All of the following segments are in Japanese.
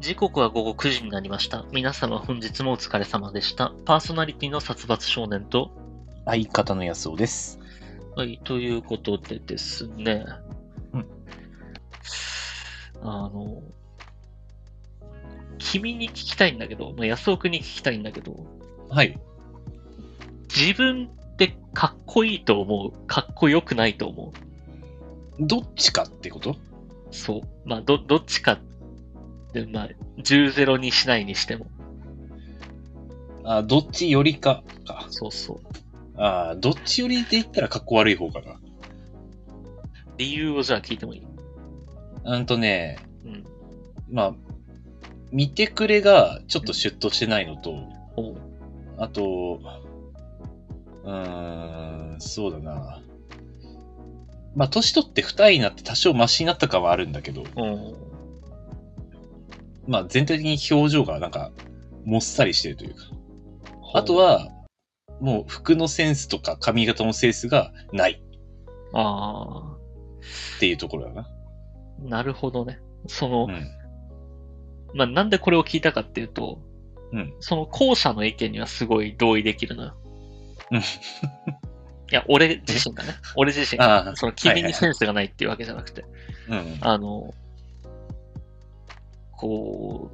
時刻は午後9時になりました。皆様本日もお疲れ様でした。パーソナリティの殺伐少年と、相方の安尾です。はい、ということでですね。うんあの、君に聞きたいんだけど、まあ安尾くんに聞きたいんだけど、はい。自分ってかっこいいと思うかっこよくないと思うどっちかってことそう。まあ、ど、どっちかで、まあ、10-0にしないにしても。あ、どっちよりかか。そうそう。あ、どっちよりって言ったらかっこ悪い方かな。理由をじゃあ聞いてもいいうんとね、うん。まあ、見てくれがちょっとシュッとしてないのと、おうあと、うーん、そうだな。まあ、年取って二重になって多少マシになったかはあるんだけど、うん。まあ、全体的に表情がなんか、もっさりしてるというか。あと、は、もう服のセンスとか髪型のセンスがないあっていうところだな。あ、なるほどね。その、うん。まあ、なんでこれを聞いたかっていうと、うんその後者の意見にはすごい同意できるのよ。うんいや、俺自身がね。俺自身が。ああ、そのは君いはにいセンスがないっていうわけじゃなくて。うん。あの、こ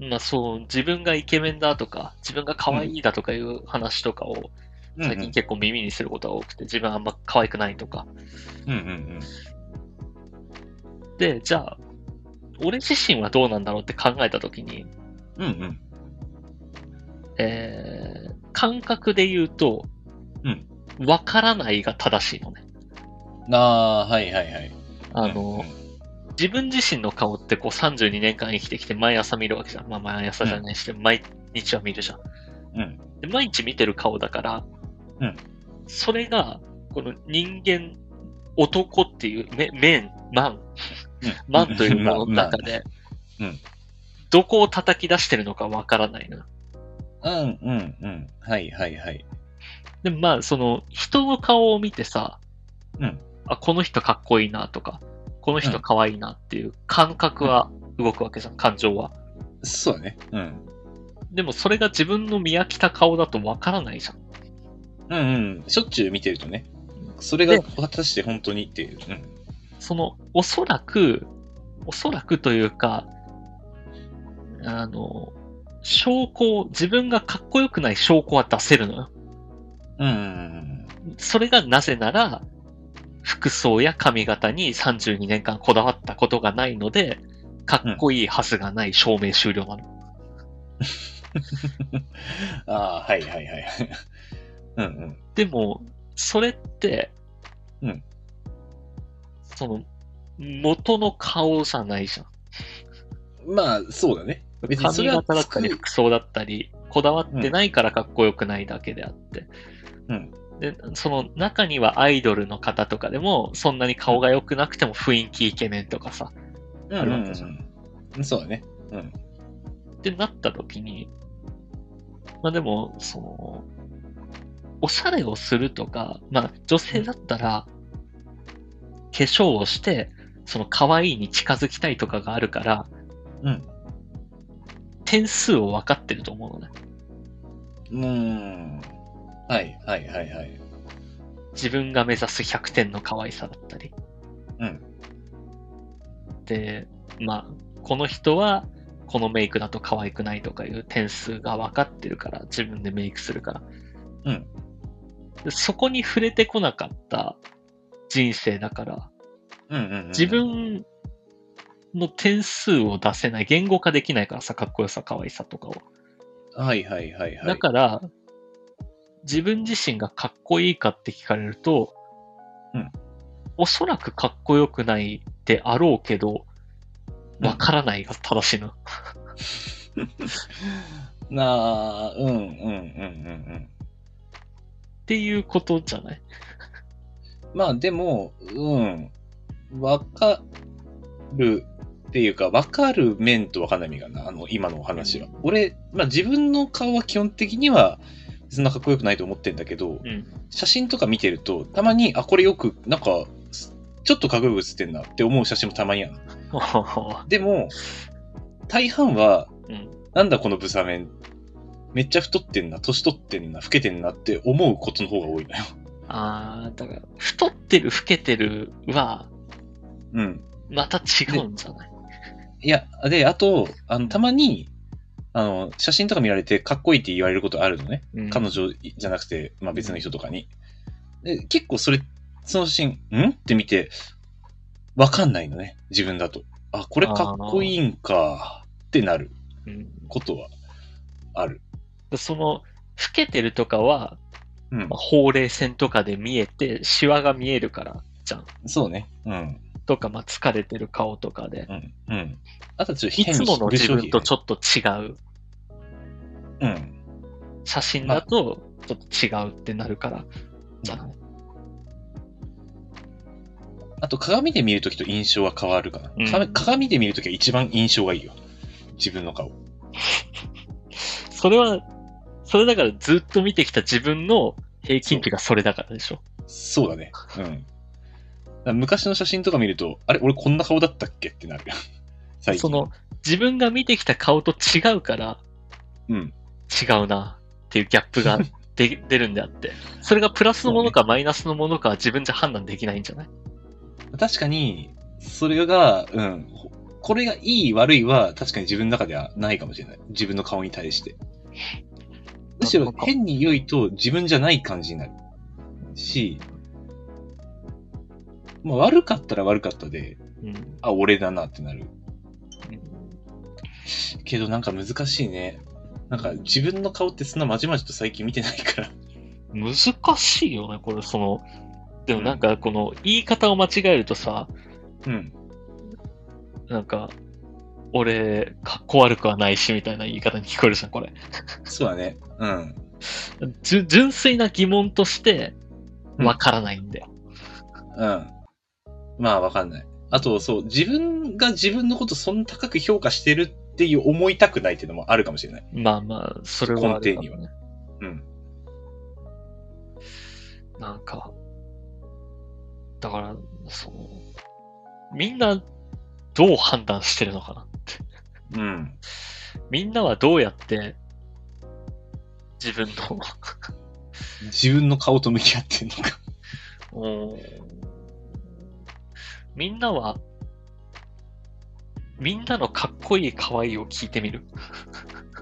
う、まあそう、自分がイケメンだとか、自分が可愛いだとかいう話とかをうんう最近ん結構耳にすることが多くて、自分あんま可愛くないとか。うんうんで、じゃあ、俺自身はどうなんだろうって考えたときに、うん。うんうん。えー、感覚で言うと、うんわからないが正しいのね。ああ、はいはいはい。あうんの、自分自身の顔ってこう32年間生きてきて毎朝見るわけじゃん。まあ毎朝じゃないして、毎日は見るじゃん。うん、うん。で毎日見てる顔だから、うんそれが、この人間、男っていう、め、面、マン、マンという ものの中で、まあまあうんどこを叩き出してるのかわからないな。うんうんうん。はいはいはい。でもまあ、その、人の顔を見てさ、うんあ、この人かっこいいなとか、この人かわいいなっていう感覚は動くわけじゃん、感情は。そうだね。うん。でもそれが自分の見飽きた顔だとわからないじゃん。うんうん。しょっちゅう見てるとね。それが果たして本当にっていう。うん。その、おそらく、おそらくというか、あの、証拠を、自分がかっこよくない証拠は出せるのよ。うんうんそれがなぜなら、服装や髪型に32年間こだわったことがないので、かっこいいはずがない証明終了なの。うん。ああ、はいはいはい。うんうん。でも、それって、うんその、元の顔じゃないじゃん。まあ、そうだね。別にそ髪れは型だったり服服装だったり、こだわってないからかっこよくないだけであって。うんで、その中にはアイドルの方とかでも、そんなに顔が良くなくても雰囲気イケメンとかさ。うんあうんるわけじゃうん。そうだね。うん。ってなった時に、まあでも、その、おしゃれをするとか、まあ女性だったら、化粧をして、その可愛いに近づきたいとかがあるから、うん。点数を分かってると思うのね。うーん。はい、はい、はい、はい。自分が目指す100点の可愛さだったり。うん。で、まあ、この人はこのメイクだと可愛くないとかいう点数が分かってるから、自分でメイクするから。うんで。そこに触れてこなかった人生だから、うん、うんうん。自分の点数を出せない、言語化できないからさ、かっこよさ、可愛さとかを。はい、はい、はい、はい。だから、自分自身がかっこいいかって聞かれると、うんおそらくかっこよくないであろうけど、わからないが正しいな。なあ、うん、うん、うん、うん、っていうことじゃないうん。まあ、でも、うん。わかるっていうか、わかる面とわかんない面がな、あの、今のお話は。俺、まあ自分の顔は基本的には、そんなかっこよくないと思ってんだけど、 うん。写真とか見てると、たまに、あ、これよく、なんか、ちょっとかっこよく写ってんなって思う写真もたまにある。でも、大半は、うん。なんだこのブサメン。めっちゃ太ってんな、年取ってんな、老けてんなって思うことの方が多いのよ。ああ、だから、太ってる、老けてるは、うん。また違うんじゃないいや、で、あと、あの、たまに、あの、写真とか見られてかっこいいって言われることあるのね。うん彼女じゃなくて、まあ別の人とかに。で結構それ、その写真、んって見て、わかんないのね、自分だと。あ、これかっこいいんか、ってなるうんことはある。でその、老けてるとかは、うんまあ、。ほうれい線とかで見えて、シワが見えるから、じゃん。そうね。うん。とか、まあ、疲れてる顔とかで。うん。うん。あとちょっとい変につもの非自常分にとちょっと違う。うん。写真だと、ちょっと違うってなるから、じゃないあと鏡で見るときと印象は変わるかな。うん鏡鏡で見るときは一番印象がいいよ。自分の顔。それは、それだからずっと見てきた自分の平均値がそれだからでしょ。そうだね。うん。だから昔の写真とか見ると、あれ俺こんな顔だったっけってなる。最近。その、自分が見てきた顔と違うから、うん。違うなっていうギャップがで 出るんであって、それがプラスのものかマイナスのものかは自分じゃ判断できないんじゃない確かに、それが、うん。ほこれがいい悪いは確かに自分の中ではないかもしれない。自分の顔に対して。むしろ変に良いと自分じゃない感じになる。し、まあ悪かったら悪かったで、うんあ、俺だなってなる。けどなんか難しいね。なんか自分の顔ってそんなまじまじと最近見てないから。難しいよね、これ、その、でもなんかこの言い方を間違えるとさ、うん。なんか、俺、かっこ悪くはないし、みたいな言い方に聞こえるじゃん、これ。そうだね。うん。じゅ純粋な疑問として、わからないんだよ。うん。まあわかんない。あと、そう、自分が自分のことそんな高く評価してるっていう思いたくないっていうのもあるかもしれない。まあまあ、それはあれだ根底にもんね。うん。なんか、だから、その、みんな、どう判断してるのかなって。うん。みんなはどうやって、自分の、自分の顔と向き合ってんのか。おーみんなは、みんなのかっこいい可愛いを聞いてみる。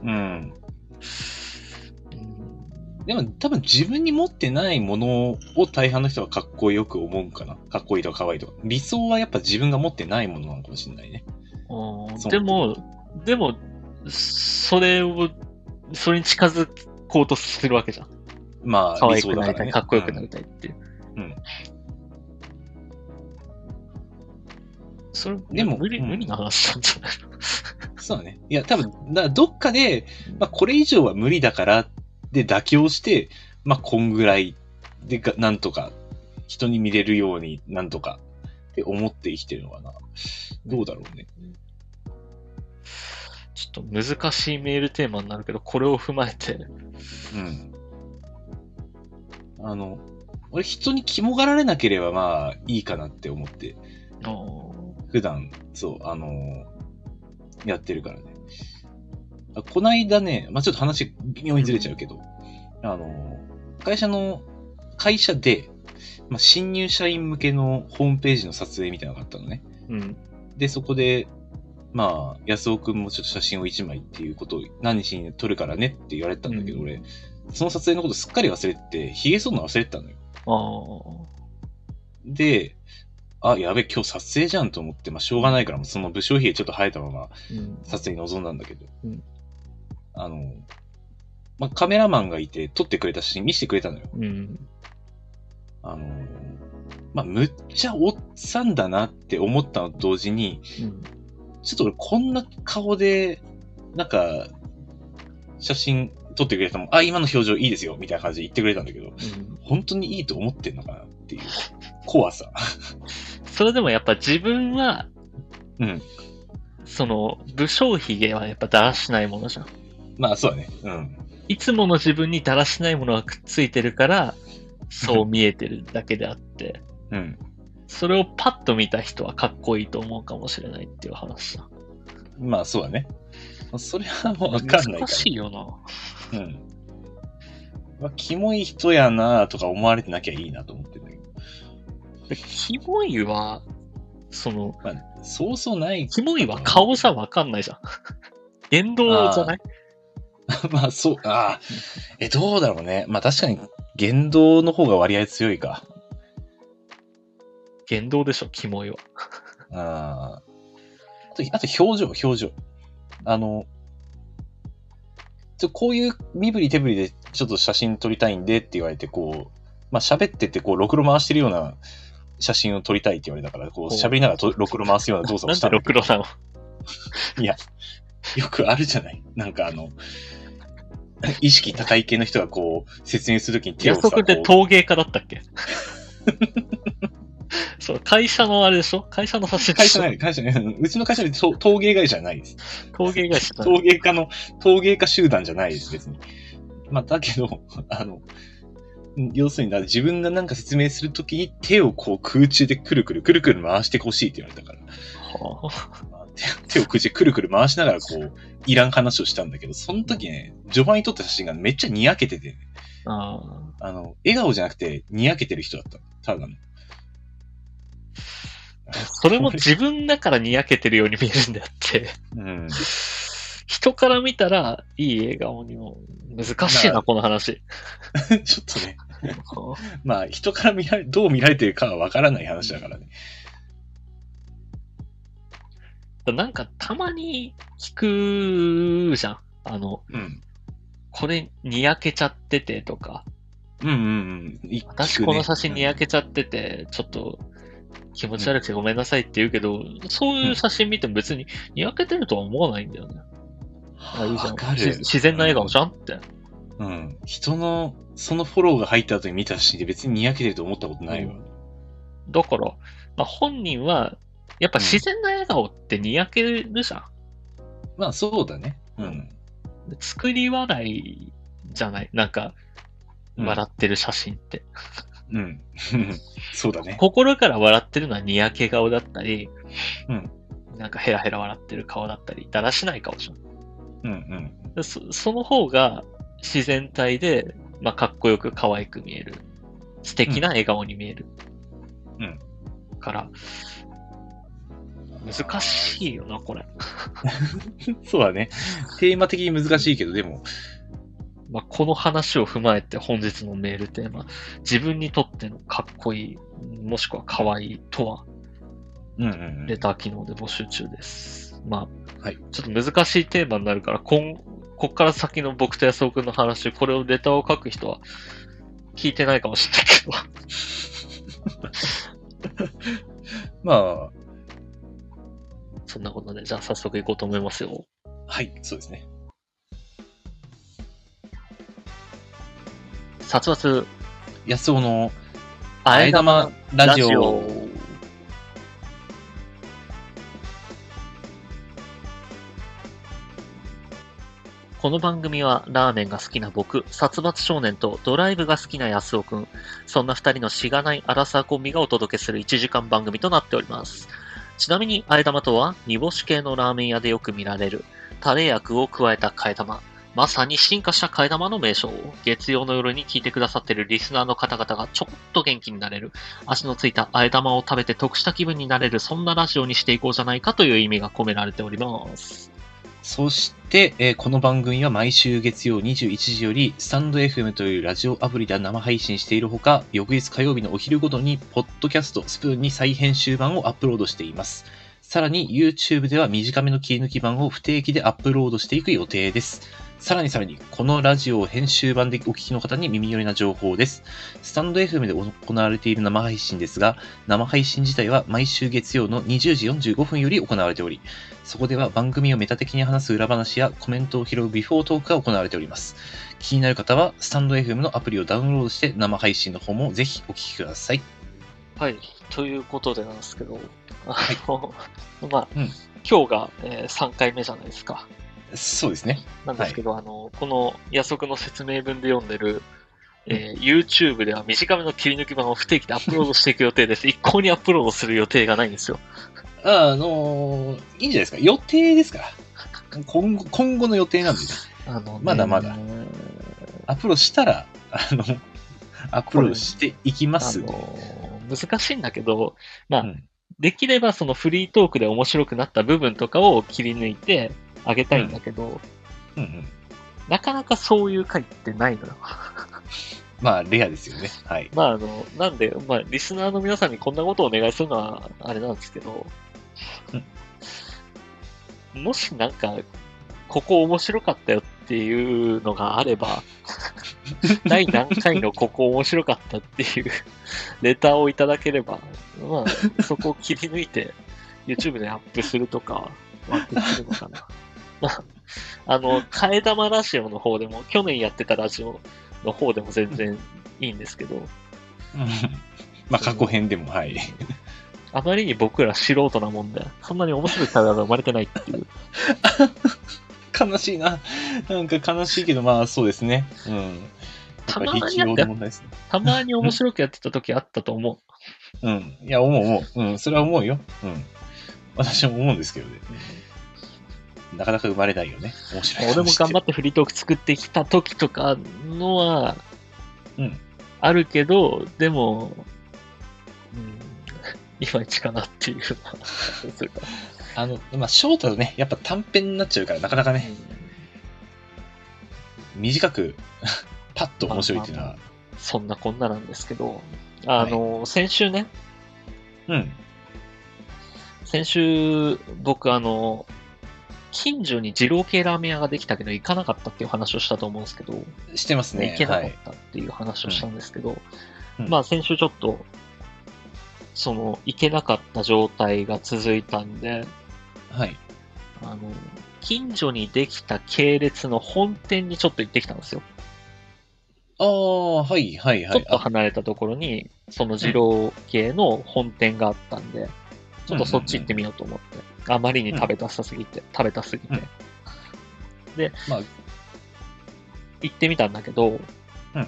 うん。でも多分自分に持ってないものを大半の人はかっこよく思うかな。かっこいいとか可愛いとか。理想はやっぱ自分が持ってないものなのかもしれないね。うんそうでも、でも、それを、それに近づこうとするわけじゃん。まあ、可理愛想くだなかりたい、らね。かっこよくなりたいっていう。うんそれ、でも無理、うん無理な話なんじゃないそうだね。いや、多分、だからどっかで、まあ、これ以上は無理だから、で、妥協して、まあ、こんぐらいでが、なんとか、人に見れるように、なんとか、って思って生きてるのかな。どうだろうね。ちょっと難しいメールテーマになるけど、これを踏まえて、うん。あの、俺、人に肝がられなければ、まあ、いいかなって思って、あの普段、そう、あのーやってるからね。あこないだね、まあ、ちょっと話、微妙にずれちゃうけど、あのー会社の、会社で、まあ、新入社員向けのホームページの撮影みたいなのがあったのね。うん、で、そこで、まあ、安尾くんもちょっと写真を1枚っていうことを何日に撮るからねって言われたんだけど、うん俺、その撮影のことすっかり忘れてて、髭剃るの忘れてたのよ。あーで、あ、やべ、今日撮影じゃんと思って、まあ、しょうがないから、もうその武将髭ちょっと生えたままうん、撮影に臨んだんだけど、うんあの、まあ、カメラマンがいて撮ってくれたし、見せてくれたのよ。うん、あの、まあ、むっちゃおっさんだなって思ったのと同時に、うん、ちょっと俺こんな顔で、なんか、写真撮ってくれたのも、あ、今の表情いいですよ、みたいな感じで言ってくれたんだけど、うん。本当にいいと思ってんのかなっていう怖さ。それでもやっぱ自分は、うん。その、武将髭はやっぱだらしないものじゃん。まあ、そうだね。うん。いつもの自分にだらしないものがくっついてるから、そう見えてるだけであって、うん。それをパッと見た人はかっこいいと思うかもしれないっていう話だ。まあそうだね。まあそれはもうわかんないか難しいよな。ら。うん。まあ、キモい人やなとか思われてなきゃいいなと思ってんだけど。キモいは、その、まあ、そうそうない。キモいは顔じゃわかんないじゃん。 言動じゃない まあそう、ああ。え、どうだろうね。まあ確かに言動の方が割合強いか。言動でしょ、キモいは。あーあと、あと表情、表情。あの、ちょこういう身振り手振りでちょっと写真撮りたいんでって言われて、こう、まあ喋ってて、こう、ろくろ回してるような写真を撮りたいって言われたから、こう、ほう喋りながらとろくろ回すような動作をなんしたでんだろけくどろなの よくあるじゃないなんかあの、意識高い系の人がこう、説明するときに手を約さ、こ束ってう陶芸家だったっ けそう、会社のあれでしょ会社の写真で会し社ょない、会社 ない。うちの会社で陶陶芸会社じゃないです。陶芸会社だ陶芸家の、陶芸家集団じゃないです、別に。まあ、だけど、あの、要するに、だから自分がなんか説明するときに手をこう空中でくるくるくるくる回してほしいって言われたから、はあまあ手手を空中でくるくる回しながらこう、いらん話をしたんだけど、その時ね、序盤に撮った写真がめっちゃにやけてて、あーあの、笑顔じゃなくてにやけてる人だった。ただの。それも自分だからにやけてるように見えるんであって、 うん。人から見たらいい笑顔にも難しいまな、この話。 ちょっとね、まあ、人から見られ、どう見られてるかはわからない話だからね。なんかたまに聞くじゃん。あの、うん。これにやけちゃっててとか、うんうんうん。私この写真にやけけちゃってて、ちょっと気持ち悪くてごめんなさいって言うけど、そういう写真見ても別ににやけてるとは思わないんだよね。あいいじゃわんかる。自自然な笑顔じゃんって。うん。人の、そのフォローが入った後に見たし、別ににやけてると思ったことないわ。だから、まあ、本人は、やっぱ自然な笑顔ってにやけるじゃん。まあ、そうだね。うん。作り笑いじゃないなんか、笑ってる写真って。うん。 そうだね。心から笑ってるのはにやけ顔だったり、うんなんかヘラヘラ笑ってる顔だったり、だらしない顔じゃんうんうん。 で。そその方が自然体で、まあ、かっこよく可愛く見える。素敵な笑顔に見える。うん。から、難しいよな、これ。 そうだね。テーマ的に難しいけど、でも、まあ、この話を踏まえて本日のメールテーマ、自分にとってのかっこいい、もしくは可愛いとは、うんうんレター機能で募集中です。まあ、はいちょっと難しいテーマになるから、今こっから先の僕と安尾くんの話、これをレターを書く人は聞いてないかもしれないけど、 まそんなことで、じゃあ早速行こうと思いますよ。あ、はい、そうですね。殺伐、安尾の、ああえ玉ラジオ。この番組はラーメンが好きな僕、殺伐少年とドライブが好きな安尾くん、そんな二人のしがないアラサーコンビがお届けする1時間番組となっております。ちなみに、あえ玉とは、煮干し系のラーメン屋でよく見られる、タレ薬を加えた替え玉、まさに進化した替え玉の名称を、月曜の夜に聞いてくださっているリスナーの方々がちょこっと元気になれる、足のついたあえ玉を食べて得した気分になれる、そんなラジオにしていこうじゃないかという意味が込められております。そして、えーこの番組は毎週月曜21時より、スタンド FM というラジオアプリで生配信しているほか、翌日火曜日のお昼ごとに、ポッドキャストスプーンに再編集版をアップロードしています。さらに、YouTube では短めの切り抜き版を不定期でアップロードしていく予定です。さらにさらに、このラジオを編集版でお聞きの方に耳寄りな情報です。スタンド FM で行われている生配信ですが、生配信自体は毎週月曜の20時45分より行われており、そこでは番組をメタ的に話す裏話やコメントを拾うビフォートークが行われております。気になる方は、スタンド FM のアプリをダウンロードして生配信の方もぜひお聞きください。はい、ということでなんですけど、あの、 まあ、うん今日が、え3回目じゃないですか。そうですね。なんですけど、あの、この夜足の説明文で読んでる、えー YouTube では短めの切り抜き版を不定期でアップロードしていく予定です。一向にアップロードする予定がないんですよ。あのーいいんじゃないですか。予定ですから。今後、今後の予定なんで、あのねまだまだアップロードしたら、あの、アップロードしていきまあす。の難しいんだけど、まあ、うんできればそのフリートークで面白くなった部分とかを切り抜いてあげたいんだけど、うんうん。なかなかそういう回ってないのよ。まあ、レアですよね。はい。まあ、あの、なんで、まあ、リスナーの皆さんにこんなことをお願いするのはあれなんですけど、もしなんか、ここ面白かったよっていうのがあれ ば、第何回のここ面白かったっていうレターをいただければ、まあ、そこを切り抜いて YouTube でアップするとかはできるのかな。まあ、あの、替え玉ラジオの方でも、去年やってたラジオの方でも全然いいんですけど、まあ、過去編でも、はい。 あまりに僕ら素人なもんで、そんなに面白い会話が生まれてないっていう。悲しいな。なんか悲しいけど、まあ、そうですね。うん。たやまっぱに一や応っのて、問題ですね。たまに面白くやってた時あったと思うん。いや、思う思う。うん。それは思うよ。うん。私も思うんですけどね。う。なかなか生まれないよね。面白い話俺も頑張って。てフリートーク作ってきた時とかのはうん。あるけど、でも、うん、いまいちかなっていうのはどうするかあの、まあ、ショートだとね、やっぱ短編になっちゃうから、なかなかね、短く、 パッと面白いっていうのは、そんなこんななんですけど、あの、先週ね、うん。先週僕あの、近所に二郎系ラーメン屋ができたけど行かなかったっていう話をしたと思うんですけど、してますね。行けなはかっい。たっていう話をしたんですけど、うんまあ先週ちょっと、その、行けなかった状態が続いたんで、はい。あの、近所にできた系列の本店にちょっと行ってきたんですよ。ああ、はい、はい、はい。ちょっと離れたところに、その二郎系の本店があったんで、ちょっとそっち行ってみようと思って。あまりに食べたさすぎて、食べたすぎて。で、まあ行ってみたんだけど、うんあ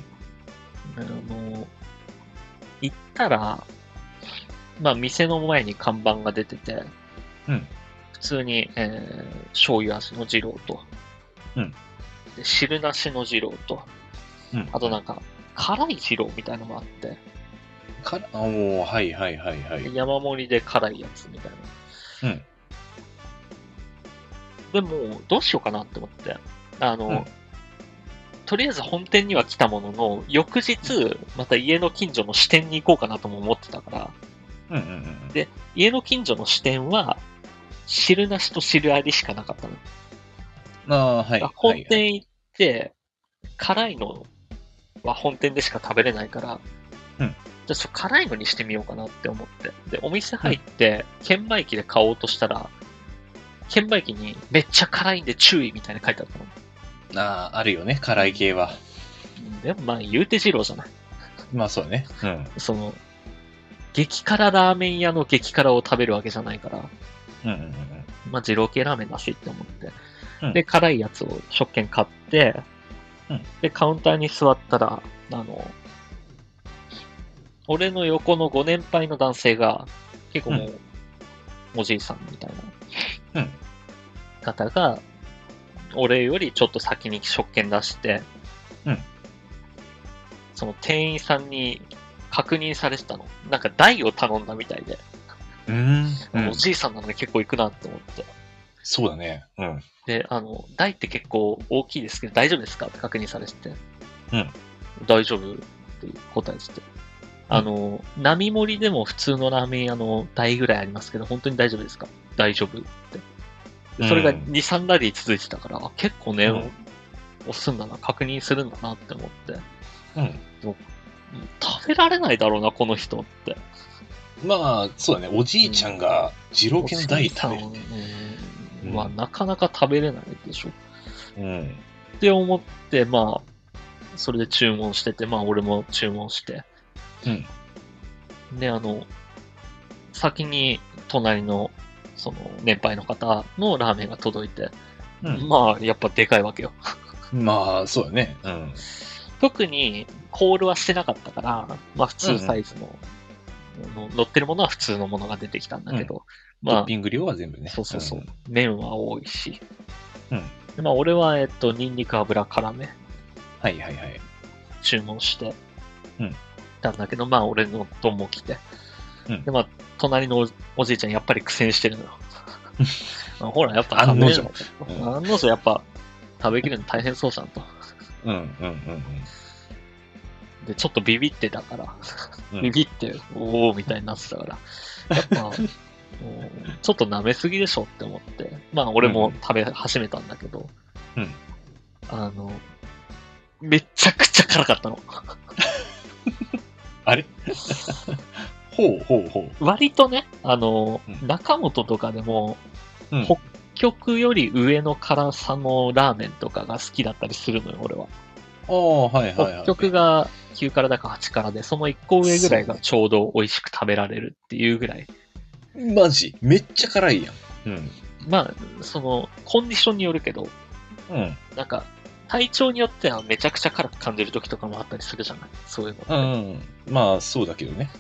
の、行ったら、まあ店の前に看板が出てて、うん普通に、えー醤油味の二郎と、うんで汁なしの二郎と、うんうんあとなんか、辛い二郎みたいなのもあって、から、あおーはい、はい、はい、はい。山盛りで辛いやつみたいな。うんでも、どうしようかなって思って。あの、うんとりあえず本店には来たものの、翌日、また家の近所の支店に行こうかなとも思ってたから、うん、うん、うん。で家の近所の支店は、汁なしと汁ありしかなかったの。ああ、はい。あ本はい店行って、辛いのは本店でしか食べれないから、うじんゃあちょっと辛いのにしてみようかなって思って。で、お店入って、券売機で買おうとしたら、券売機にめっちゃ辛いんで注意みたいな書いてあったの。ああ、あるよね。辛い系は。でもまあ言うて二郎じゃない。まあ、そうだね。うん。その、激辛ラーメン屋の激辛を食べるわけじゃないから、うん、うん、うんまあ二郎系ラーメンだしって思って。うんで、辛いやつを食券買って、うんで、カウンターに座ったら、あの、俺の横のご年配の男性が、結構もう、おじいさんみたいな、うん方が、俺よりちょっと先に食券出して、うんその店員さんに確認されてたの。なんか台を頼んだみたいで、うん。うん。うおん。じいさんなのに結構行くなって思って。そうだね。うん。で、あの、台って結構大きいですけど、大丈夫ですかって確認されてて。うん大丈夫って答えてて。あの、並盛りでも普通のラーメン屋の台ぐらいありますけど、本当に大丈夫ですか大丈夫って。でそれがうん2、3ラリー続いてたから、あ結構ね、うん押すんだな、確認するんだなって思って。うん。食べられないだろうな、この人って。まあ、そうだね。おじいちゃんが、二郎系の大食べおるじいさんうんはなかなか食べれないでしょ。うん。って思って、まあ、それで注文してて、まあ俺も注文して。うん。で、あの、先に隣の、その、年配の方のラーメンが届いて、うん。まあ、やっぱでかいわけよ。まあ、そうだね。うん。特に、コールはしてなかったから、まあ普通サイズの、あの乗ってるものは普通のものが出てきたんだけど、トまッあピ、ング量は全部ね。そうそうそう。麺は多いし。うんでまあ、俺は、えっと、ニンニク油辛めはいはいはい。注文して、うんたんだけど、まあ、俺のとも来て。うんで、まあ、隣のおおじいちゃん、やっぱり苦戦してるの よ。まあほら、やっぱ案の定食べれるの案の定、やっぱ、食べきるの大変そうじゃんと。うんうんうんで、ちょっとビビってたから、うん。ビビって、おおみたいになってたから、やっ ぱ、うんちょっと舐めすぎでしょって思って、まあ俺も食べ始めたんだけど、うんあの、めちゃくちゃ辛かったの。あれ ほうほうほう。割とね、あの、うん中本とかでも、うんほ曲より上の辛さのラーメンとかが好きだったりするのよ、俺は。ああ、はいはいはい。北極が9辛だか8辛で、その1個上ぐらいがちょうど美味しく食べられるっていうぐらい。マジめっちゃ辛いやん。うん。まあ、その、コンディションによるけど、うん。なんか、体調によってはめちゃくちゃ辛く感じる時とかもあったりするじゃないそういうのって。うん。まあ、そうだけどね。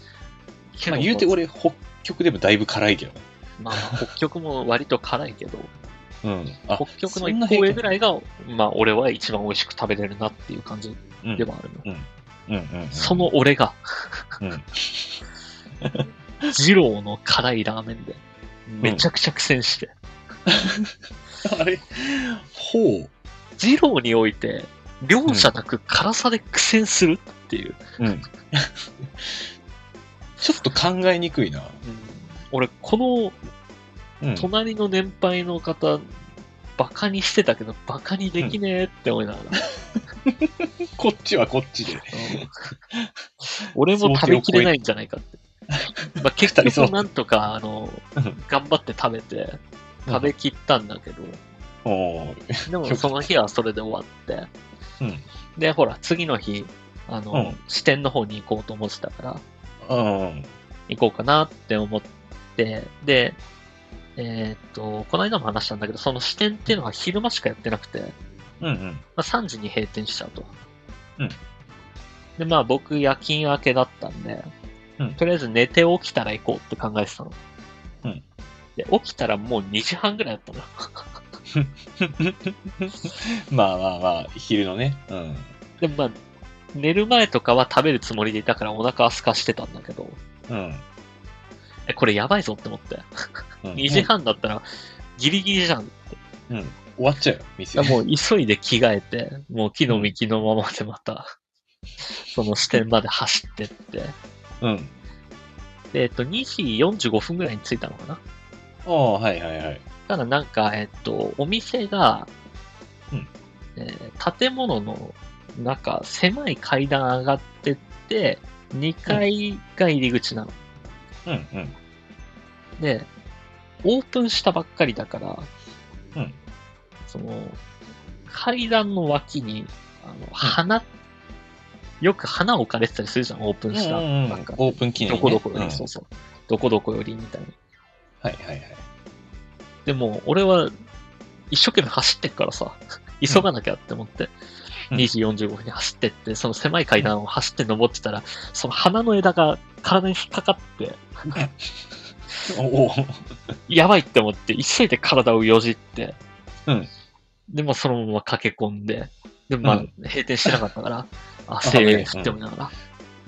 けまどあ、言うて俺、北極でもだいぶ辛いけどね。まあ、北極も割と辛いけど、うん。あ北極の そんな一平個上均ぐらいが、まあ、俺は一番美味しく食べれるなっていう感じうんではあるの。うんうんうん。その俺が、うん、二郎の辛いラーメンで、めちゃくちゃ苦戦して、あれほう。二郎において、両者なく辛さで苦戦するっていう。うん。 ちょっと考えにくいな。俺、このうん。隣の年配の方、バカにしてたけど、バカにできねえって思いながら。こっちはこっちで。俺も食べきれないんじゃないかっ て。まあ、結二人そう局なんとか、あのうん、頑張って食べて、食べきったんだけど、おーでも その日はそれで終わって、うん。で、ほら、次の日、あの、うん支店の方に行こうと思ってたから、うん。行こうかなって思って、で、えーっと、この間も話したんだけど、その支店っていうのは昼間しかやってなくて、うんうん。 まあ、3時に閉店しちゃうと。うんで、まあ僕夜勤明けだったんで、うんとりあえず寝て起きたら行こうって考えてたの。うんで、起きたらもう2時半ぐらいだったのよ。まあまあまあ、昼のね。うん。でもまあ、寝る前とかは食べるつもりでいたからお腹はすかしてたんだけど、うん。え、これやばいぞって思って。うん2時半だったらギリギリじゃん。終わっちゃうよ、店。もう急いで着替えて、もう木の幹のままでまた、その支店まで走ってって。うん。で、えっと、2時45分ぐらいに着いたのかな。ああ、はいはいはい。ただなんか、えっと、お店が、うんえー建物の中、狭い階段上がってって、2階が入り口なの。うんうん。で、オープンしたばっかりだから、うんその、階段の脇に、あの、花、よく花置かれてたりするじゃん、オープンした。うんうんうんなんか、オープン記念、どね。こどこより、うんそうそう。どこどこよりみたいな。はいはいはい。でも、俺は一生懸命走ってっからさ、急がなきゃって思って、うん2時45分に走ってって、その狭い階段を走って登ってたら、その花の枝が体に引っかかって、おお。やばいって思って、急いで体をよじって、うんで、まあそのまま駆け込んで、で、まうあん閉店してなかった から、あ、1000円振っておきながら、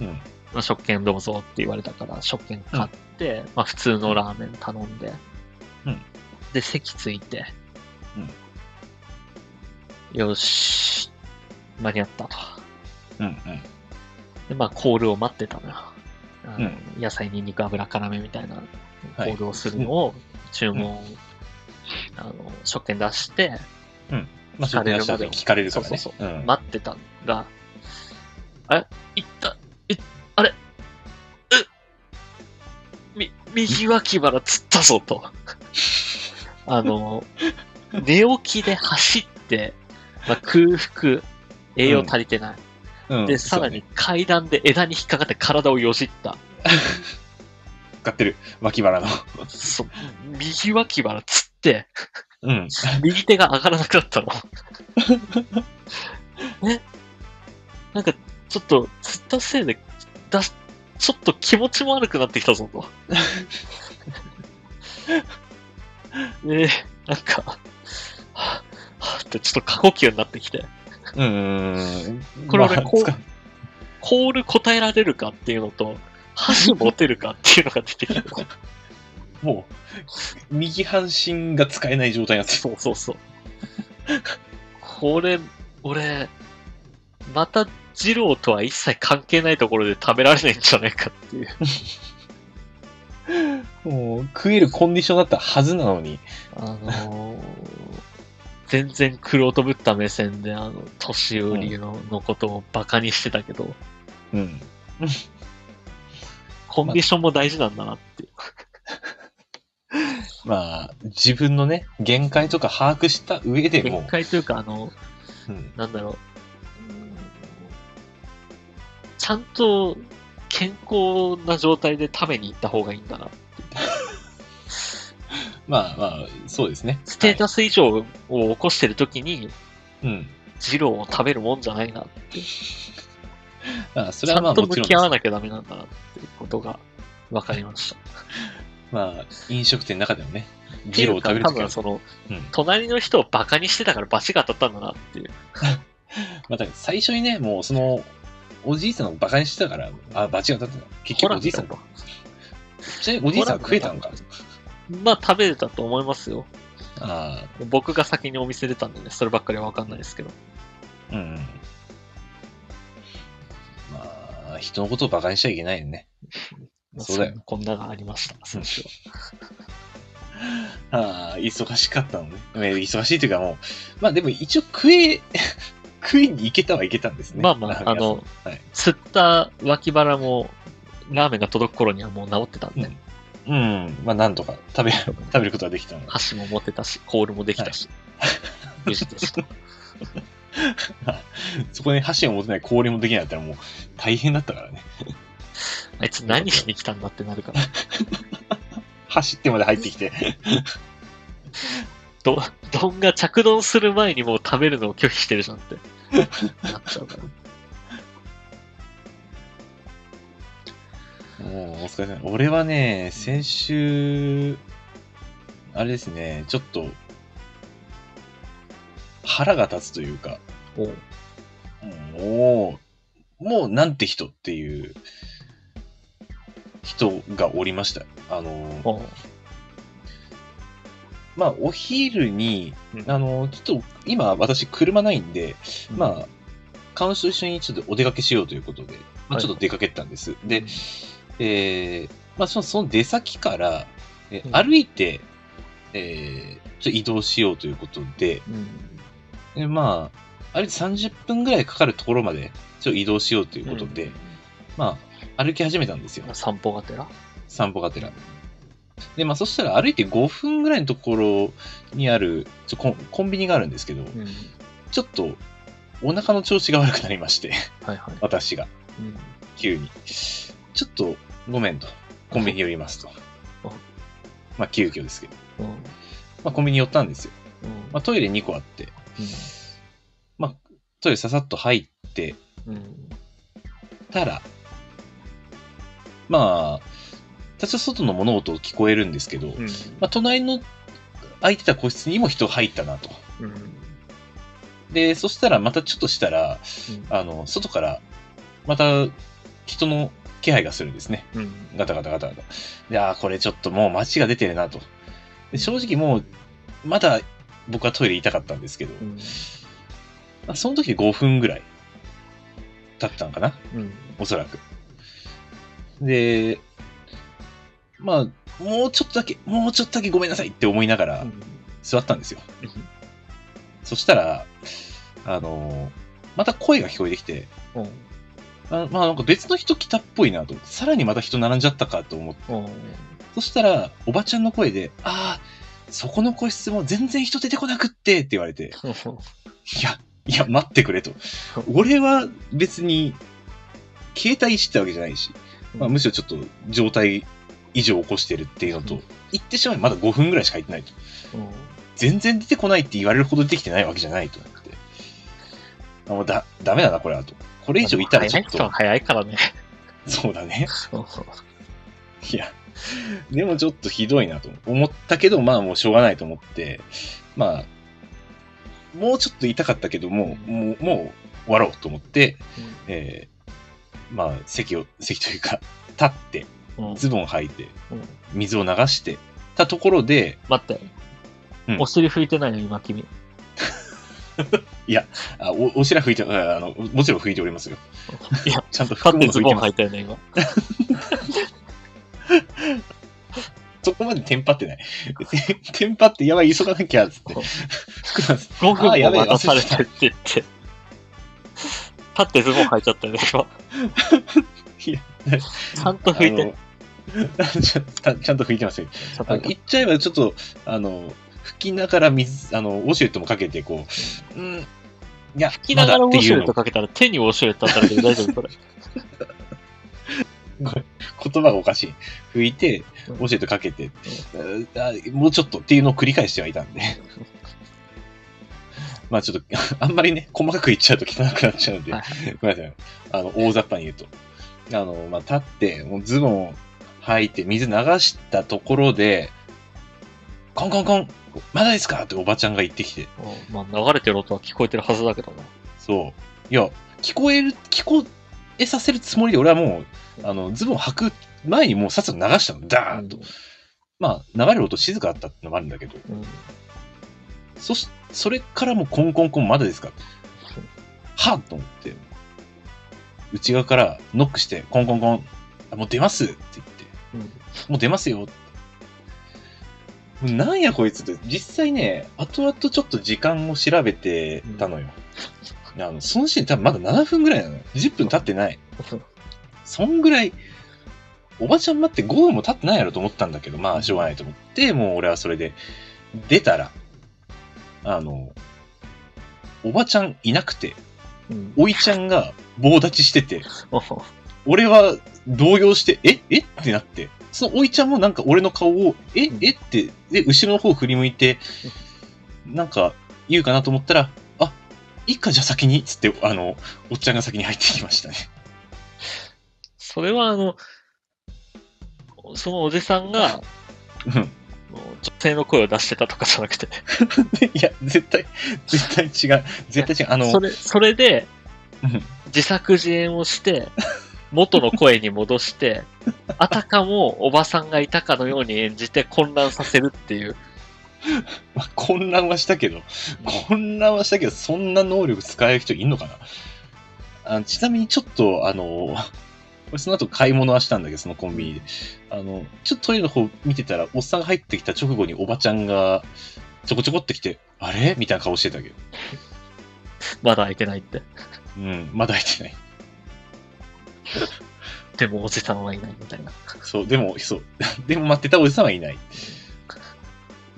うん。まあ食券どうぞって言われたから、食券買って、まあ普通のラーメン頼んで、うんで、席ついて、うんよし、間に合ったと。うんうん。で、まあコールを待ってたのよ。あのうん野菜、ニンニク、油辛めみたいなコはいールをするのを注文、あの食券出してま聞あ、か食れる出しまたでは時聞かれるとかね。。そうそうん。待ってたんが、あれ行った、え、あれうみ、右脇腹つったぞ と。あの、寝起きで走って、まあ、空腹、栄養足りてない。うんで、さら。そうにね階段で枝に引っかかって体をよじった。使ってる。脇腹の。そ右脇腹つって、うん。右手が上がらなくな ったの。ねなんか、ちょっと、釣ったせいで、 だし、ちょっと気持ちも悪くなってきたぞと。で、なんか、はあはあってちょっと過呼吸になってきて、うん。これ俺まあこうつかコール答えられるかっていうのと、箸持てるかっていうのが出てきて、もう、右半身が使えない状態になってるそうそうそう。これ、俺、また二郎とは一切関係ないところで食べられないんじゃないかっていう。 もう、食えるコンディションだったはずなのに。あのー全然黒とぶった目線で、あの、年寄りの,、のことをバカにしてたけど、うん。コンディションも大事なんだなっていう。まあ、自分のね、限界とか把握した上でも限界というか、あの、う、うん、なんだろう。ちゃんと健康な状態で食べに行った方がいいんだな。まあまあ、そうですね。ステータス以上を起こしてる時に、はいうん。ジローを食べるもんじゃないな。まあ、ちそれゃはまあんとも向ちろんきで合すわなきゃダメなんだなっていうことが分かりました。まあ、飲食店の中でもね、ってジいローうをか食べる多とき分は、その、うん隣の人をバカにしてたから罰が当たったんだなっていう。また最初にね、もうその、おじいさんをバカにしてたから、あ、罰が当たったの。結局おじいさんほらと。ちなみにおじいさんは食えたのか。まあ食べれたと思いますよ。あ僕が先にお店出たんでね、そればっかりは分かんないですけど。あ、うん。まあ、人のことをバカにしちゃいけないよね。まあそうだよんなこんながありました、最初は。ああ、忙しかったのね。ね忙しいというかもう、まあでも一応食え、 食いに行けたは行けたんですね。まあまあラーメン屋さんあの、はい。釣った脇腹も、ラーメンが届く頃にはもう治ってたんで、うんうん、まあなんとか食べ、食べることができたので。箸も持てたし、コールもできたし、無事でした。そこに箸を持てない氷もできないったらもう大変だったからね。あいつ何しに来たんだってなる から。走ってまで入ってきて。ど、どんが着丼する前にもう食べるのを拒否してるじゃんって。なっちゃうから。もうお疲れ様。俺はね、先週、あれですね、ちょっと、腹が立つというか、おうもう、もうなんて人っていう人がおりました。あの、おうまあ、お昼にう、んあの、ちょっと今私車ないんで、まあ、彼女と一緒にちょっとお出かけしようということで、まあ、はいちょっと出かけたんです。で、えーまあ、そのその出先から、えうん歩いて、えーちょっと移動しようということで、うん。でまあ、あれ30分ぐらいかかるところまでちょっと移動しようということで、まあ、歩き始めたんですようん、。散歩がてら。散歩がてら。で、まあ、そしたら歩いて5分ぐらいのところにあるちょコンコンビニがあるんですけど、うん。ちょっとお腹の調子が悪くなりまして、 はいはい。私が。うん。急に。ちょっと、ごめんと。コンビニ寄りますとあ。まあ、急遽ですけど。うん。まあ、コンビニ寄ったんですよ。うんまあ、トイレ2個あって、トイレささっと入ってうん。うん。たら、まあ、多少外の物音聞こえるんですけど、うん。まあ、隣の空いてた個室にも人入ったなと。うん。で、そしたらまたちょっとしたら、うんあの、外から、また人の気配がするんですね。うん。ガタガタガタガタ。で、ああ、これちょっともう街が出てるなと。で正直もう、まだ僕はトイレ痛かったんですけど、うん。まあその時5分ぐらい経ったのかな、うん。おそらく。で、まあ、もうちょっとだけ、もうちょっとだけごめんなさいって思いながら座ったんですよ。そしたら、あのーまた声が聞こえてきて、うん。あまあなんか別の人来たっぽいなと。さらにまた人並んじゃったかと思ってうん。そしたら、おばちゃんの声で、ああ、そこの個室も全然人出てこなくってって言われて、いや、いや、待って くれと。俺は別に、携帯いじってたわけじゃないし、まあ、むしろちょっと状態異常を起こしてるっていうのうとん、言ってしまえばまだ5分ぐらいしか入ってないと。うん。全然出てこないって言われるほど出てきてないわけじゃないと思って。あもうだ、ダメだな、これはと。これ以上いたらちょ早っい人はと、早いからね。そうだね。そうそういや、でもちょっとひどいなと思ったけど、まあもうしょうがないと思って、まあ、もうちょっと痛かったけど、もう、もう、もう終わろうと思って、えーまあ、席を、席というか、立って、うんズボン履いてうん、水を流してたところで、待って、うんお尻拭いてないの、今、君。あおおしら拭いて、ああの、もちろん拭いておりますよ。いや、ちゃんと勝手服もにズ拭いボてンます履い。たよ ね、今。そこまでテンパってない。 テンパって、やばい、急がなき ゃ、つって。服なんです5分あーやもべえ待たされてって言って。立ってズボン履いちゃったよね、今。いやちゃんと拭いあての。ちゃんた ちゃんと拭いてますよ。ちゃんと拭あのいて言っちゃえば、ちょっと、あの、拭きながら水、あの、ウォシュレットもかけて、こう、うん、いや、拭聞きながらウォシュレットかけたら手にウォシュレットあったら大丈夫、それ。言葉がおかしい。拭いて、うん教えてかけて、あもうちょっとっていうのを繰り返してはいたんで。 まあちょっと、 あんまりね、細かく言っちゃうと汚くなっちゃうんで、はいごめんなさい。あの、大雑把に言うと。あの、まあ立って、もうズボンを履いて、水流したところで、コンコンコン、まだですかっておばちゃんが言ってきて、 うんまあ、流れてる音は聞こえてるはずだけどな。そう。いや、聞こえる、聞こえさせるつもりで、俺はもう、あの、ズボン履く前にもうさっさと流したの、ダーンと。まあ、流れる音静かだったってのもあるんだけど、うんそし、それからもコンコンコンまだですかはっと思って、内側からノックして、コンコンコン、あもう出ますって言って、うんもう出ますよって。なんやこいつって、実際ね、後々ちょっと時間を調べてたのよ。あの、そのシーン多分まだ7分ぐらいなのよ。10分経ってない。そんぐらい、おばちゃん待って5分も経ってないやろと思ったんだけど、まあ、しょうがないと思って、もう俺はそれで、出たら、あの、おばちゃんいなくて、うん。おいちゃんが棒立ちしてて、お俺は動揺して、ええってなって、そのおいちゃんもなんか俺の顔を、えうんえって、で、後ろの方振り向いて、なんか言うかなと思ったら、あ、いいかじゃあ先に、つって、あの、おっちゃんが先に入ってきましたね。 それは、あの、そのおじさんが、うん。あの女性の声を出してたとかじゃなくて、 いや、絶対、絶対違う。絶対違う。あの、それ、それで、うん自作自演を して、元の声に戻して、あたかもおばさんがいたかのように演じて混乱させるっていう。まあ混乱はしたけど、混乱はしたけど、そんな能力使える人いんのかなあちなみにちょっと、あの、俺その後買い物はしたんだけど、そのコンビニで。あの、ちょっとトイレの方見てたら、おっさんが入ってきた直後におばちゃんが、ちょこちょこってきて、あれみたいな顔してたけど。まだ開いてないって。うん、まだ入ってない。でもおじさんはいないみたいな。そう、でも、そう。 でも待ってたおじさんはいない。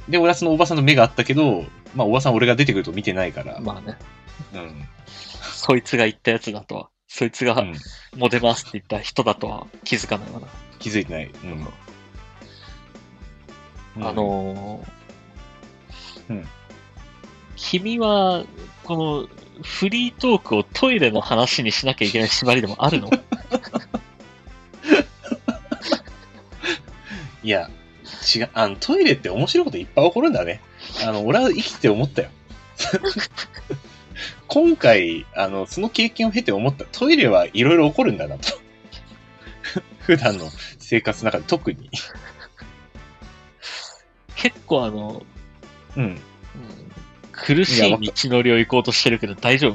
で、俺はそのおばさんの目があったけど、まあ、おばさん俺が出てくると見てないから。まあね、うん。そいつが言ったやつだとは、そいつうがんモデますって言った人だとは気づかないわな。気づいてない。うん。うんあ、のーうん君は、この、フリートークをトイレの話にしなきゃいけない縛りでもあるのいや、違う、あの、トイレって面白いこといっぱい起こるんだね。あの、俺は生きて思 ったよ。今回、あの、その経験を経て思った、トイレはいろいろ起こるんだなと。 普段の生活の中で特に。結構あの、うん。うん苦しいやわいか道のりを行こうとしてるけど大丈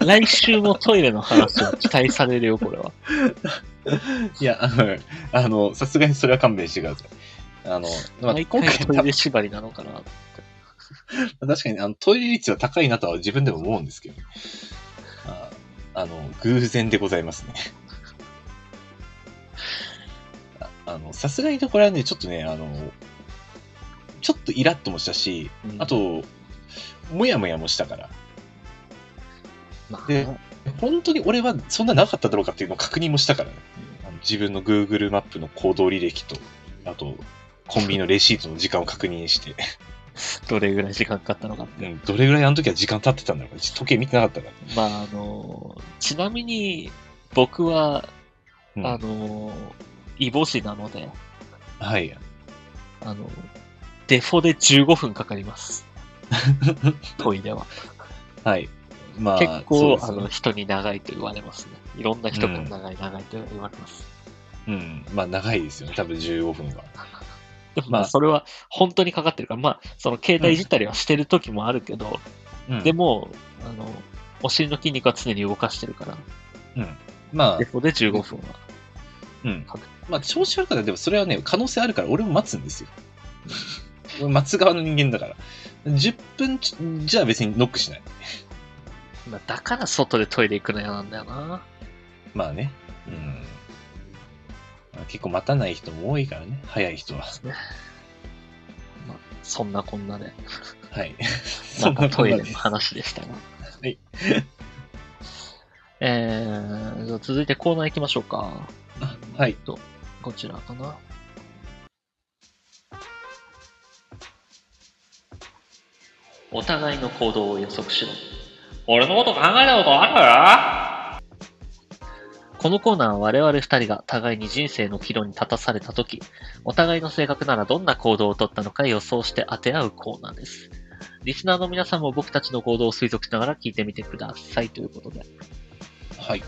夫来週もトイレの話を期待されるよ、これは。いや、あの、あの、さすがにそれは勘弁してください。あの、まあ、毎今回回トイレ縛りなのかな。確かにあのトイレ率は高いなとは自分でも思うんですけど、ああの偶然でございますね。ああのさすがにとこれはね、ちょっとね、あのちょっとイラッともしたし、うんあ、と、もやもやもしたから、まあで本当に俺はそんななかっただろうかっていうのを確認もしたからね。あの自分の Google マップの行動履歴と、あと、コンビニのレシートの時間を確認して、どれぐらい時間かかったのかって。うんどれぐらいあの時は時間経ってたんだろうか、時計見てなかったから。まあ、あの、ちなみに、僕は、うんあの、イボシなので、はい。 あの、デフォで15分かかります。トイレは。はい。まあ、結そう構、ですあよねの、人に長いと言われますね。いろんな人から長い長いと言われます。うん。まあ、長いですよね。多分15分は。でも ままああ、それは本当にかかってるから、まあ、その携帯いじったりはしてる時もあるけど、うんでも、あの、お尻の筋肉は常に動かしてるから、まあデ、フォで15分は。うん。まあ、調子悪かったら、でもそれはね、可能性あるから、俺も待つんですよ。 俺待つ側の人間だから。10分ちじゃあ別にノックしない。まあだから外でトイレ行くの嫌なんだよな。まあね。うん。まあ結構待たない人も多いからね。早い人は。まあ、そんなこんなで、 はい。なんかトイレのです話でしたが。はい。 えー、じゃあ続いてコーナー行きましょうか。あはい。こちらかな。お互いの行動を予測しろ。俺のこと考えたことあるこのコーナーは我々二人が互いに人生の岐路に立たされたとき、お互いの性格ならどんな行動をとったのか予想して当て合うコーナーです。リスナーの皆さんも僕たちの行動を推測しながら聞いてみてくださいということで。はい。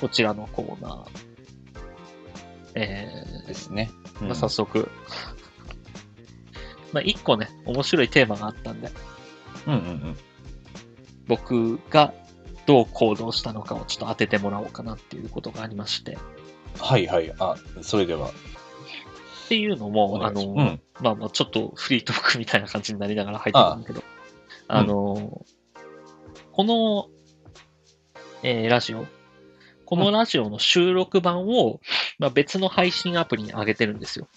こちらのコーナー。えですね。うー、んまあ、早速。 まあ、一個ね、面白いテーマがあったんで、うんうんうん。僕がどう行動したのかをちょっと当ててもらおうかなっていうことがありまして。はいはい。あ、それでは。っていうのおも、あ願いの、しますまあまあ、ちょっとフリートークみたいな感じになりながら入ってたんだけど、ああの、この、えーラジオ、このラジオの収録版を、まあ、別の配信アプリに上げてるんですよ。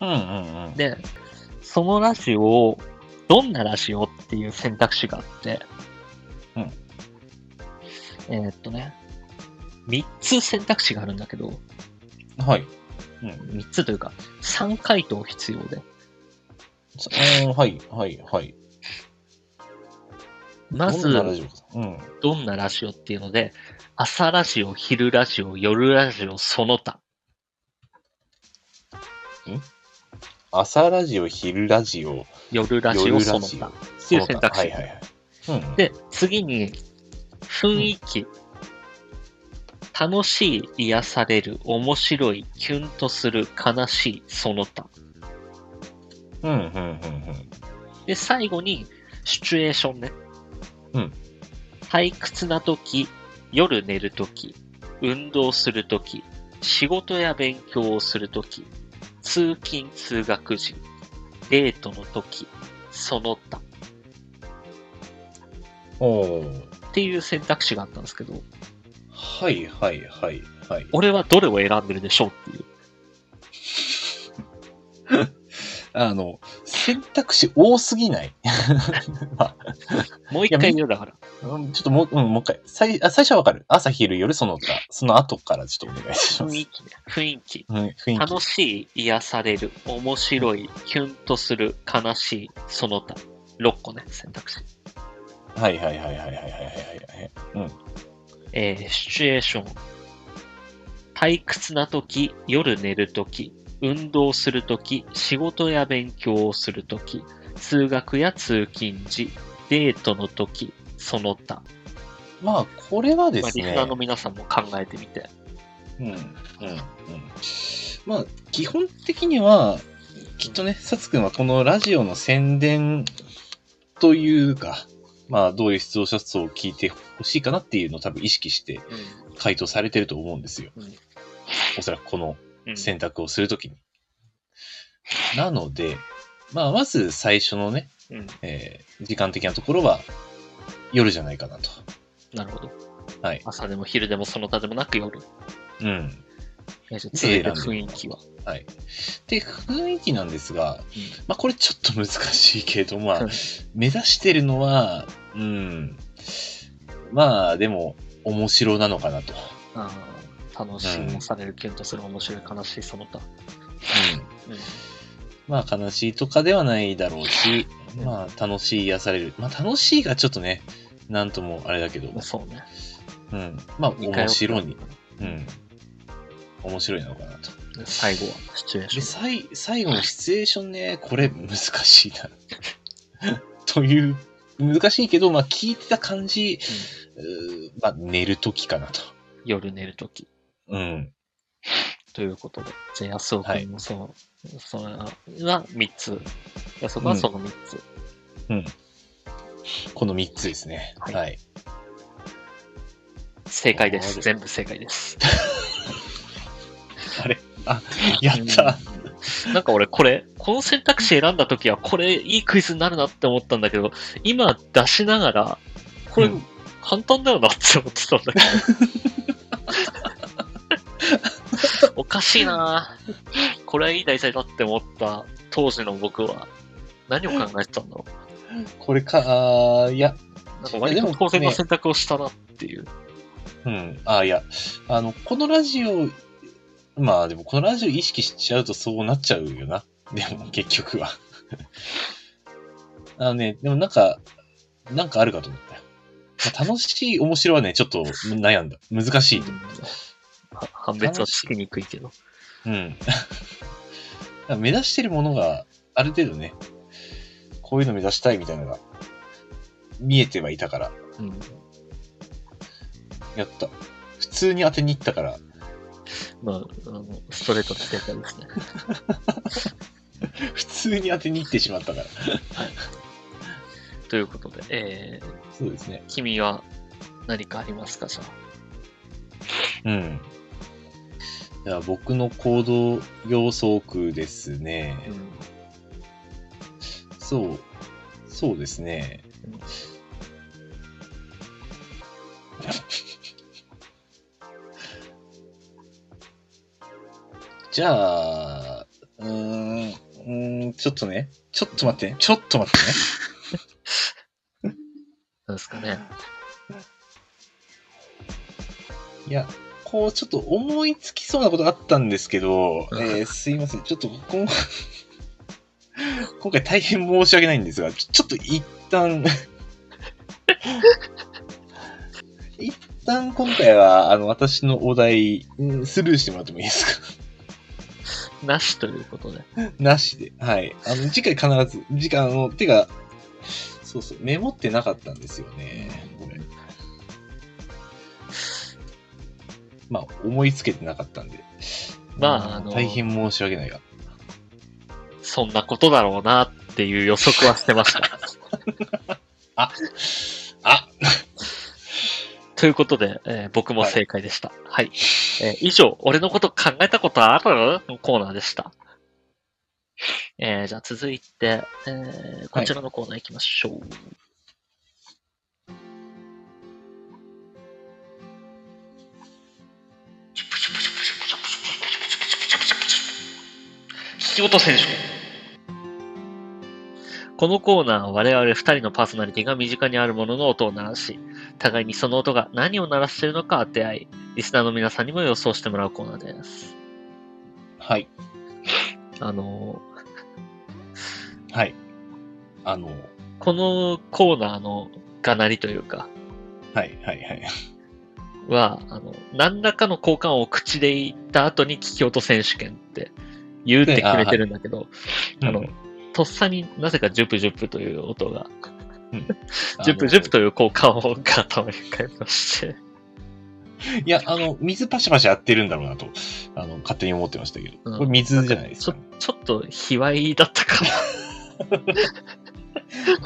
うん。うんうんうん。で、そのラジオを、どんなラジオっていう選択肢があって、うんえーっとね、3つ選択肢があるんだけど、はい。 3つというか、3回答必要で、そうんはいはいはい。まどんなラず、ジオかうん。どんなラジオっていうので、朝ラジオ、昼ラジオ、夜ラジオ、その他。朝ラジオ、昼ラジオ、夜ラジオ、夜そラのジオ他。。っていう選択肢はいはいはい。うん、で、次に、雰囲気。楽しい、癒される、面白い、キュンとする、悲しい、その他。うんうんうんで、最後に、シチュエーションね。うん。退屈な時、夜寝る時、運動する時、仕事や勉強をする時、通勤通学時、デートの時、その他っうん。おーていう選択肢があったんですけど、はいはいはいはい。俺はどれを選んでるでしょうっていう。あの、選択肢多すぎない。 もう一回言うだから。うんちょっともう、うん、もう一回。最あ最初はわかる。朝、昼、夜、その他。その後からちょっとお願いしま雰す囲。気ね。雰囲気。うん、雰囲気楽。しい、癒される、面白い、キュンとする、悲しい、その他。6個ね、選択肢。はいはいはいはいはいはいはい。えーシチュエーション。退屈な時、夜寝る時、運動する時、仕事や勉強をする時、通学や通勤時、デートの時、その他。まあ、これはでまあすリスね。ナーの皆さんも考えてみて。うんうんうんまあ、基本的には、きっとね、さつくんはこのラジオの宣伝というか、まあ、どういう視聴者層を聞いてほしいかなっていうのを多分意識して回答されてると思うんですよ。うんおそらくこのうん選択をするときに。なので、まあ、まず最初のね、うん。えー時間的なところは夜じゃないかなと。なるほど。はい朝でも昼でもその他でもなく夜。うん。えーじゃあ続いて雰囲気は。はい。で、雰囲気なんですが、まあこれちょっと難しいけれど、まあうん、目指してるのは、うん、まあでも、面白なのかなと。あー楽しい、うん癒される、キュンとする、面白い、悲しい、その他。うんまあ悲しいとかではないだろうし、まあ楽しい、癒される。まあ楽しいがちょっとね、なんともあれだけどまあ、そうね。うん、まあ面白に、うん、面白いのかなと。最後はシチュエーシで、ョン。さい最後のシチュエーションね、これ難しいな。 という、難しいけど、まあ聞いてた感じ、うーまあ寝るときかなと。夜寝るとき。うん。ということで。じゃあ、安尾はい君もその、それは3つ。安尾君はその3つ。この3つですね。はいはい。正解でなるほす。ど全部正解です。やった。うんなんか俺これ、この選択肢選んだ時はこれいいクイズになるなって思ったんだけど、今出しながら、これうん簡単だよなって思ってたんだけ ど。おかしいなこれはいい題材だって思った当時の僕は何を考えてたんだろこれか、あーいや、う。なんか割いやとでも当然のね選択をしたなっていう。うん。あーいや、あの、このラジオ、まあでもこのラジオ意識しちゃうとそうなっちゃうよな。でも結局は。 あのね、でもなんか、なんかあるかと思ったよ。まあ楽しい、面白はね、ちょっと悩んだ。難しいと思っは判別はつきにくいけど。た。うん。 だから目指してるものが、ある程度ね、こういうの目指したいみたいなのが、見えてはいたから、うんやった。普通に当てに行ったから、まあ、あのストレートで正解ですね。普通に当てに行ってしまったから。ということで、えー、そうですね。君は何かありますかじゃうん。じゃあ僕の行動要素区ですねあ、。うんそう。そうですね。 じゃあ、うーん、うーん、ちょっとね。ちょっと待って。ちょっと待ってね。なんですかね。いや、こう、ちょっと思いつきそうなことあったんですけど、うんえーすいません。ちょっと、こん 今回大変申し訳ないんですが、ちょちょっと一旦、一旦今回は、あの、私のお題、うんスルーしてもらってもいいですかなしということで。なしで。はい。あの、次回必ず、次回、あの、てか、そうそう、メモってなかったんですよね。これ。まあ、思いつけてなかったんで。まあうんあの大変申し訳ないが。そんなことだろうなっていう予測はしてました。あということで、えー僕も正解でした。はい、えー以上、俺のこと考えたことあるのコーナーでした。えーじゃあ続いて、えーこちらのコーナー行きましょう。引き落と選手このコーナーは我々2人のパーソナリティが身近にあるものの音を鳴らし、互いにその音が何を鳴らしているのか当て合い、リスナーの皆さんにも予想してもらうコーナーです。はい。あのはい。あの、ー、このコーナーのがなりというか、はい、はい、はい。は、あの、何らかの交換を口で言った後に聞き音選手権って言うって決めてるんだけど、あの、とっさになぜかジュプジュプという音が、ジュプジュプとと。いう交換音が頭に浮かびまして、いや、あの、水パシパシやってるんだろうなと、あの、勝手に思ってましたけど。うんこれ水じゃないですか、ね。ちょっと卑猥だったかな。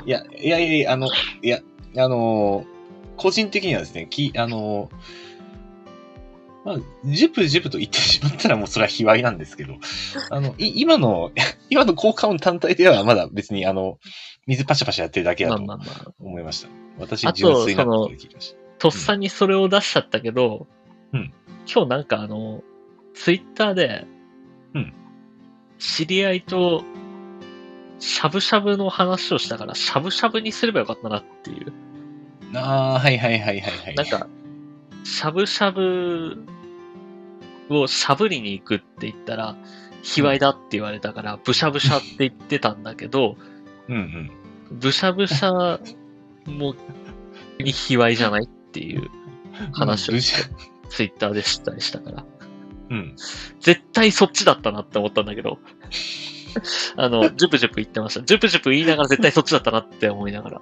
いや、いやいやいや、あの、いや、あのー個人的にはですね、き、あのーまあ、ジュプジュプと言ってしまったらもうそれは卑猥なんです けど、あの、い今の、 今の効果音単体ではまだ別にあの、水パシャパシャやってるだけまだあとまあまあ。思いました。私、あと純粋なことで聞きました。とっさにそれを出しちゃったけど、うん今日なんかあの、ツイッターで、うん知り合いと、しゃぶしゃぶの話をしたから、しゃぶしゃぶにすればよかったなっていう。ああ、はいはいはいはいはい。なんか、しゃぶしゃぶをしゃぶりに行くって言ったら、卑猥だって言われたから、ぶしゃぶしゃって言ってたんだけど、うんうん。ぶしゃぶしゃも、に卑猥じゃないっていう話をぶしゃツイッターで知ったりしたから。うん。絶対そっちだったなって思ったんだけど。あの、ジュプジュプ言ってました。ジュプジュプ言いながら絶対そっちだったなって思いながら。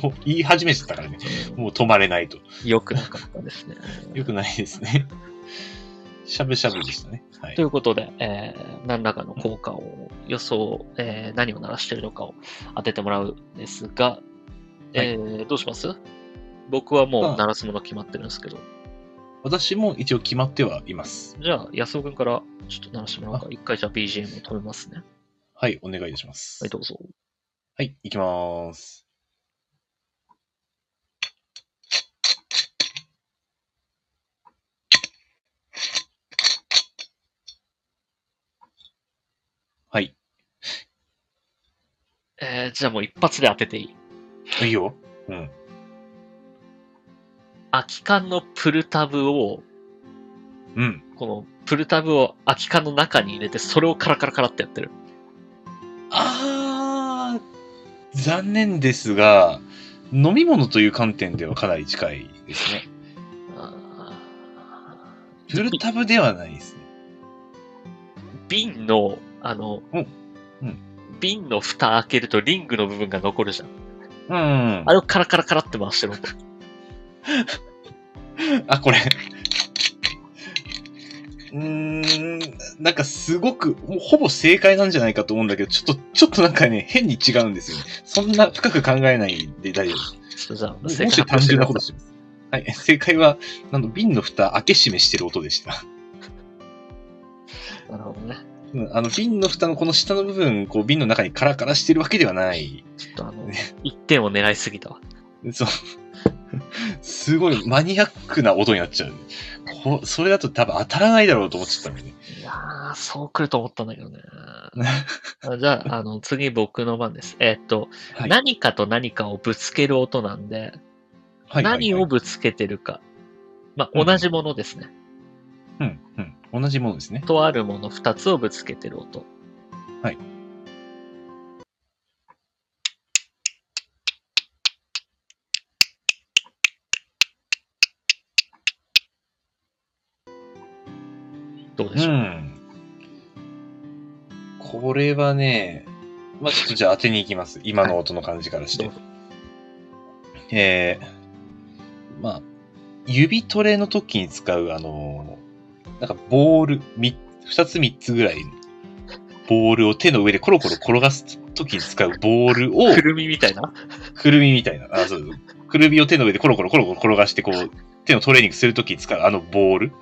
もう言い始めてたからね。もう止まれないと。良くなかったですね。よくないですね。しゃぶしゃぶでしたね。はいとい。うことで、えー何らかの効果を予想、えー何を鳴らしてるのかを当ててもらうんですが、えーどうします僕はもあう鳴らすもの決まってるんですけど、私も一応決まってはいます。じゃあ安尾君からちょっと鳴らしてもらおうか。一回じゃあ BGM を止めますね。はい、お願いいたします。はい、どうぞ。はい、いきまーす。はい、えーじゃあもう一発で当てていい。いいよ。うん。空き缶のプルタブを、うん。このプルタブを空き缶の中に入れて、それをカラカラカラってやってる。あー、残念ですが、飲み物という観点ではかなり近いですね。あフルタブではないですね。ー瓶の、あの、うんうん瓶の蓋開けるとリングの部分が残るじゃん。うんあ。れをカラカラカラって回してる音。あ、これ。うーん、なんかすごく、もうほぼ正解なんじゃないかと思うんだけど、ちょっと、ちょっとなんかね、変に違うんですよね。そんな深く考えないで大丈ちょっとじゃあ、夫で正す。解もし発表単して純くだなこさとします。はい、正解は、なんと瓶の蓋開け閉めしてる音でした。いなるほどね。うんあの、瓶の蓋のこの下の部分、こう、瓶の中にカラカラしてるわけではない。ちょっとあのね、一点を狙いすぎたわ。そう。すごいマニアックな音になっちゃう。こそれだと多分当たらないだろうと思っちゃったのね。 いやー、そう来ると思ったんだけどね。あじゃあ、あの、次僕の番です。えーっと、はい何かと何かをぶつける音なんで、はいはいはい何をぶつけてるか。まあ、うん同じものですね。うん、うん。同じものですね。とあるもの二つをぶつけてる音。はい。どうでうしょう、ん。これはね、まあ、ちょっとじゃあ当てに行きます。今の音の感じからして。どうぞえー、まあ、指トレの時に使う、あのー、なんかボール、み二つ三つぐらい、ボールを手の上でコロコロ転がす時に使うボールを、くるみみたいなくるみみたいな、あ、そうそう。くるみを手の上でコロコロコロコロ転がして、こう、手のトレーニングするときに使うあのボール。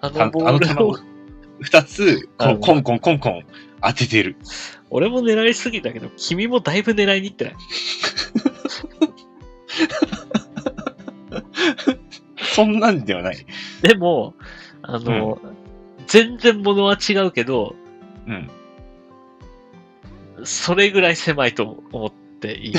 ああのボあのール球をを。 二つ、あこのうコンコンコンコン当ててる。俺も狙いすぎたけど、君もだいぶ狙いに行ってない。そんなんではない。でも、あの、全然物は違うけど、うん。それぐらい狭いと思っていい。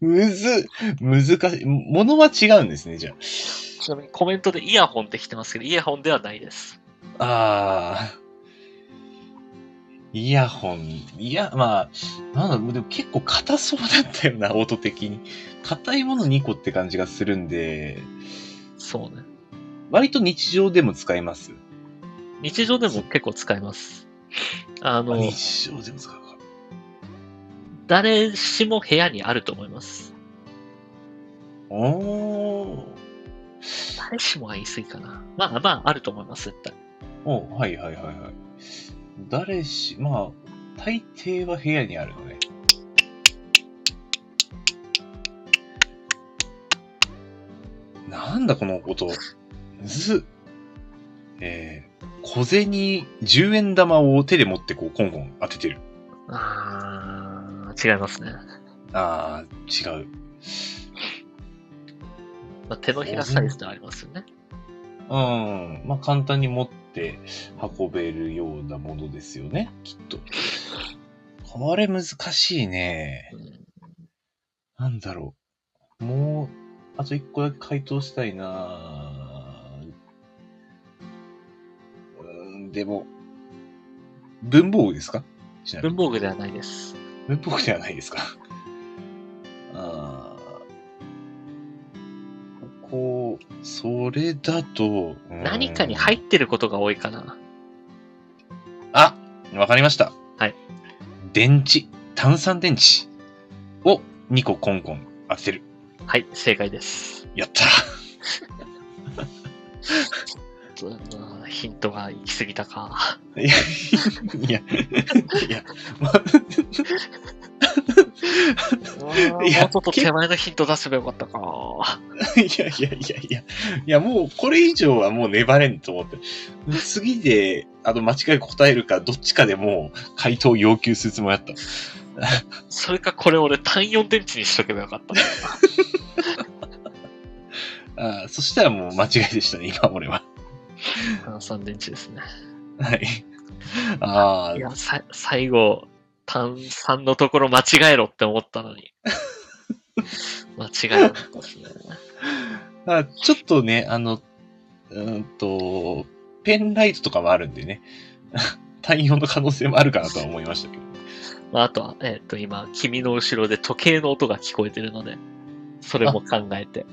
むず、難しい。ものは違うんですね、じゃちなみにコメントでイヤホンって来てますけど、イヤホンではないです。あ。あー。イヤホン、いや、まあ、なんだろう、でも結構硬そうだったよな、 音的に。硬いもの2個って感じがするんで、そうね。割と日常でも使います。日常でも結構使います。あの、日常でも使うか。誰しも部屋にあると思います。おー。誰しもは言い過ぎかな。まあまあ、あると思います、絶対。おはいはいはいはい。誰し、まあ、大抵は部屋にあるのね。なんだこの音。むずっ。えー、小銭10円玉を手で持ってこうコンコン当ててる。あー、違いますね。あー、違う。まあ、手のひらサイズではありますよね。うん。まあ簡単に持って運べるようなものですよね、きっと。これ難しいね。うんなんだろう。もう、あと一個だけ回答したいなぁうーん、でも、文房具ですかちなみ文に。房具ではないです。文房具ではないですかあーこう、それだと、うん何かに入ってることが多いかな。あ、わかりました。はい。電池、炭酸電池を2個コンコン当てる。はい、正解です。やったちょっとうんヒントが行き過ぎたか。いや、いや、いや、ま、もういやちょっと手前のヒント出せばよかったか。いやいやいやいや、いやもうこれ以上はもう粘れんと思って、次で、あの、間違い答えるか、どっちかでもう回答を要求するつもりだった。それかこれ俺単4電池にしとけばよかった。あーそしたらもう間違いでしたね、今俺は。単3電池ですね。はい。あいあ、や、さ最後、単3のところ間違えろって思ったの に。間違えなかったですね。まあちょっとね、あの、うーんと、ペンライトとかもあるんでね、 単用の可能性もあるかなとは思いましたけど。まあ、あとは、えっ、と、今、君の後ろで時計の音が聞こえてるので、それも考えて、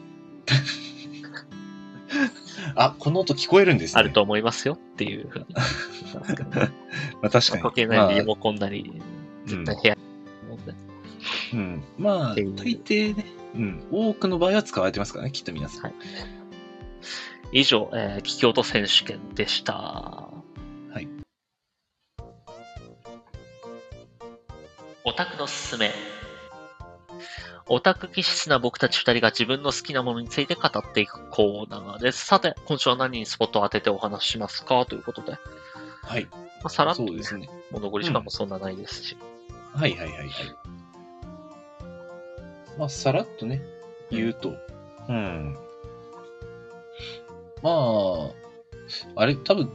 あ、この音聞こえるんですね。あると思いますよっていう ふうに。まあ確かに。時計まなありリモコンなり、絶対部屋に持って、うん。まあ、ってい大う抵ね、うん。多くの場合は使われてますからね、きっと皆さん。。はい以上、えー、聞き落と選手権でした。はいオタクのすすめ。オタク気質な僕たち二人が自分の好きなものについて語っていくコーナーです。さて、今週は何にスポットを当ててお話ししますかということで、まはい。あ、さらっと、そうねですね。もう残り時間もそんなないですし。はいはいはいはい。まあ、さらっとね、言うと。うん。まあ、あれ、多分、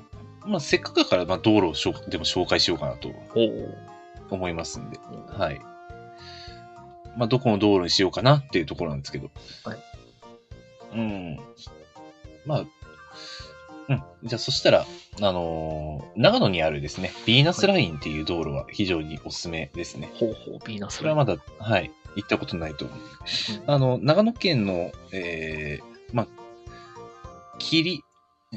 まあ、せっかくだから、まあ、道路をしょうでも紹介しようかなとおお。思いますんで。はい。まあ、どこの道路にしようかなっていうところなんですけど。はい。うん。まあ、うん。じゃあ、そしたら、あのー長野にあるですね、ヴィーナスラインっていう道路は非常におすすめですね。ほうほう、ヴィーナスそれはまだ、はい、行ったことないと思う。あの、長野県の、えー、まあ、霧、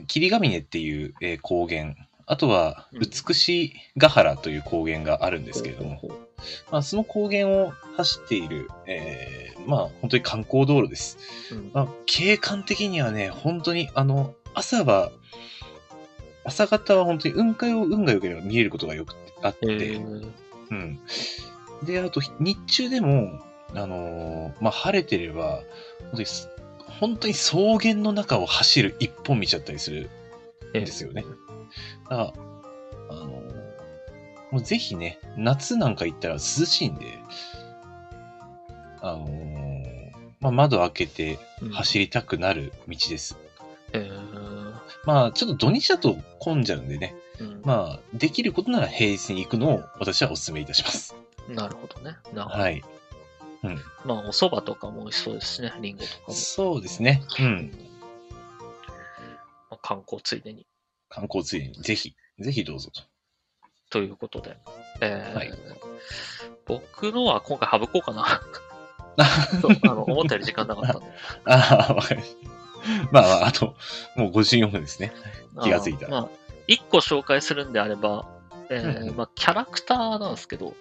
霧ヶ峰っていう、えー高原、あとは、うん美しヶ原という高原があるんですけれども、ほうほうほうまあ、その高原を走っている、えーまあ、本当に観光道路です。うんまあ、景観的にはね、本当に、あの、朝は、朝方は本当に雲海を運が良ければ見えることがよくてあって、えーうん。で、あと、日中でも、あのーまあ、晴れてれば、本当にす、本当に草原の中を走る一本道だったりするえんですよね。だから、あのーもうぜひね、夏なんか行ったら涼しいんで、あのーまあ、窓開けてうん走りたくなる道です。えーまあ、ちょっと土日だと混んじゃうんでね、うんまあ、できることなら平日に行くのを私はお勧めいたします。なるほどね。なるほどはい。うん。まあ、お蕎麦とかも美味しそうですしね。リンゴとかも。そうですね。うん。まあ観光ついでに。観光ついでに、ぜひ、ぜひどうぞと。ということで。えーはい僕のは今回省こうか な。あそうあの思ったより時間なかったんで。あー、わかりました。まあまあ、あと、もう54分ですね。 気がついたあのまあ、一個紹介するんであれば、えーうんうんまあ、キャラクターなんですけど、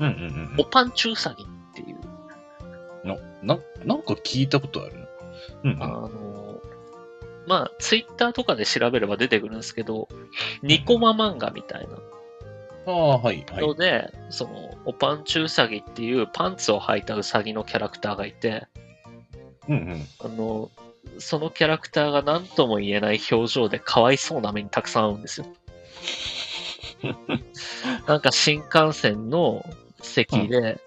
うんうんおパンチュウサギっていう、うん。な、ななんか聞いたことあるな。うん、うん。あはの、まあ、ツイッターとかで調べれば出てくるんですけど、ニコマ漫画みたいなああ、はい、はい。ので、その、おパンチウサギっていうパンツを履いたウサギのキャラクターがいて、うんうん。あの、そのキャラクターが何とも言えない表情でかわいそうな目にたくさん合うん ですよ。なんか新幹線の席で、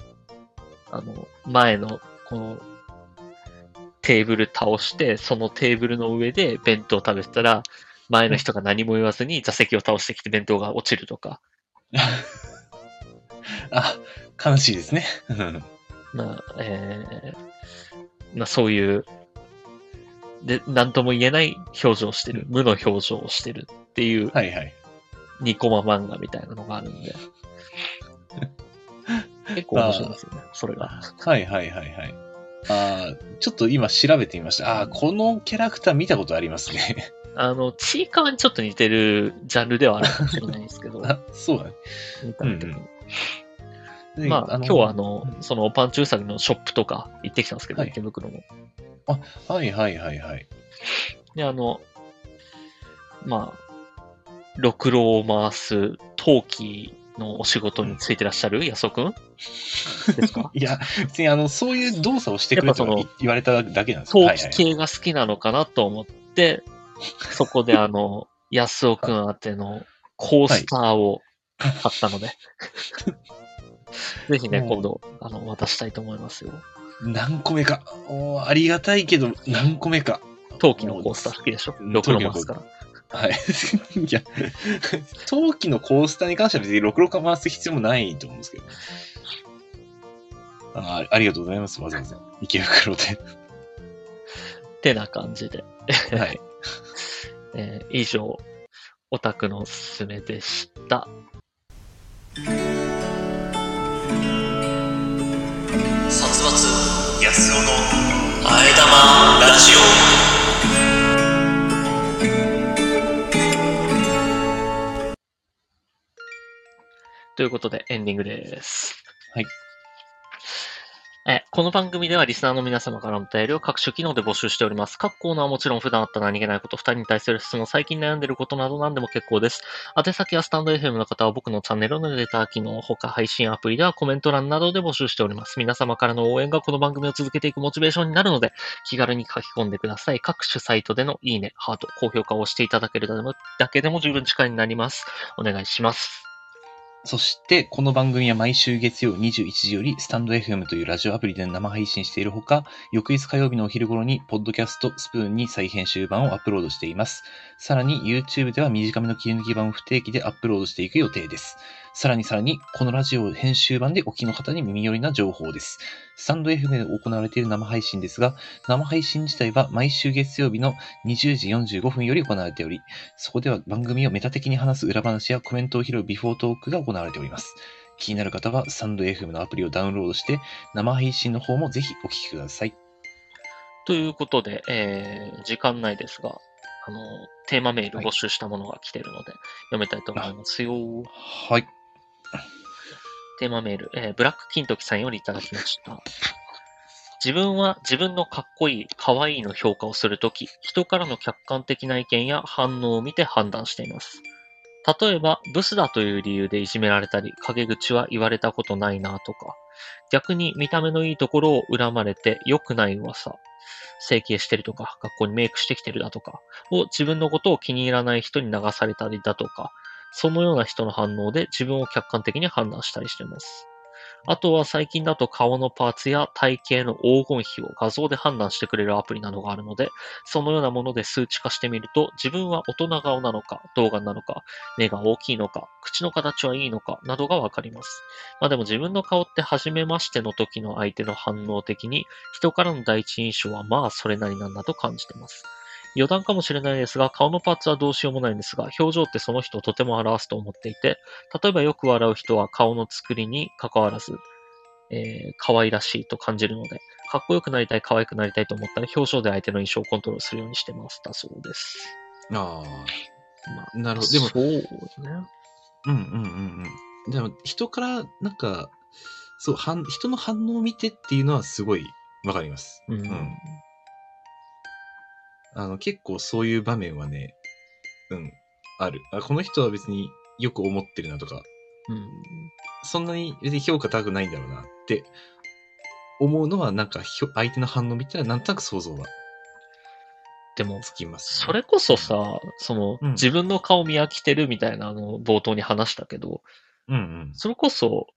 あの、前の、この、テーブル倒して、そのテーブルの上で弁当を食べてたら、前の人が何も言わずに座席を倒してきて弁当が落ちるとか、あ、悲しいですね。 うんまあ、えーまあ、そういう、で、なんとも言えない表情をしてる、無の表情をしてるっていうはいはい。ニコマ漫画みたいなのがあるん で。結構面白いですよね、それが。はいはいはいはい。あーちょっと今調べてみました。ああー、このキャラクター見たことありますね。あの、ちいかわにちょっと似てるジャンルではあるかもしれないですけど、あ そうだね見た時にで。まあ、の今日はあのう、そのパンチューサギのショップとか行ってきたんですけど、はい池袋も。はいはいはいはい。で、あの、まあ、ろくろを回す陶器のお仕事についてらっしゃる安尾く んですかいや、別にあの、そういう動作をしてくれとやっはぱそい言われただけなんですよ陶はいは器い系が好きなのかなと思って、そこであの、安尾くん宛てのコースターを買った ので、ぜひね、うん今度、あの、渡したいと思いますよ。何個目か。おーありがたいけど、何個目か。陶器のコースター好きでしょうんろくろ回すから。はい。 いや、陶器のコースターに関しては別にろくろか回す必要もないと思うんですけど。あありがとうございます、わざわざ。池袋で。ってな感じで。はい。えー以上、オタクのおすすめでした。殺伐安男のあえ玉ラジオということで、エンディングです。はい。え、この番組ではリスナーの皆様からのお便りを各種機能で募集しております。各コーナーはもちろん普段あった何気ないこと、二人に対する質問、最近悩んでることなど何でも結構です。宛先はスタンド FM の方は僕のチャンネルのレター機能、他配信アプリではコメント欄などで募集しております。皆様からの応援がこの番組を続けていくモチベーションになるので、気軽に書き込んでください。各種サイトでのいいね、ハート、高評価を押していただけるだけでもだけでも十分力になります。お願いします。そして、この番組は毎週月曜21時より、スタンド FM というラジオアプリで生配信しているほか、翌日火曜日のお昼頃に、ポッドキャストスプーンに再編集版をアップロードしています。さらに、YouTube では短めの切り抜き版を不定期でアップロードしていく予定です。さらにさらに、このラジオ編集版でお聞きの方に耳寄りな情報です。スタンド FM で行われている生配信ですが、生配信自体は毎週月曜日の20時45分より行われており、そこでは番組をメタ的に話す裏話やコメントを拾うビフォートークが行われております。気になる方は、スタンド FM のアプリをダウンロードして、生配信の方もぜひお聞きください。ということで、えー時間内ですが、あの、テーマメール募集したものが来てるので、読めたいと思いますよ。はい。テーマメール、えーブラック金時さんよりいただきました。自分は自分のかっこいい、かわいいの評価をするとき、人からの客観的な意見や反応を見て判断しています。例えば、ブスだという理由でいじめられたり、陰口は言われたことないなとか、逆に見た目のいいところを恨まれて良くない噂、整形してるとか、学校にメイクしてきてるだとか、を自分のことを気に入らない人に流されたりだとか、そのような人の反応で自分を客観的に判断したりしてます。あとは最近だと顔のパーツや体型の黄金比を画像で判断してくれるアプリなどがあるので、そのようなもので数値化してみると、自分は大人顔なのか、童顔なのか、目が大きいのか、口の形はいいのか、などがわかります。まあでも自分の顔って初めましての時の相手の反応的に、人からの第一印象はまあそれなりなんだと感じてます。余談かもしれないですが、顔のパーツはどうしようもないんですが、表情ってその人をとても表すと思っていて、例えばよく笑う人は顔の作りに関わらず、えー可愛らしいと感じるので、かっこよくなりたい、可愛くなりたいと思ったら、表情で相手の印象をコントロールするようにしてましたそうです。あまあ、あ、なるそうですね。うんうんうんうん。でも、人から、なんか、そう、反人の反応を見てっていうのはすごいわかります。うん。うんあの、結構そういう場面はね、うん、ある。あこの人は別によく思ってるなとか、うんそんなに別に評価高くないんだろうなって思うのは、なんかひょ相手の反応見たらなんとなく想像はでも、つきます、それこそさ、その、うん自分の顔見飽きてるみたいな、あの、冒頭に話したけど、うんうん。それこそ、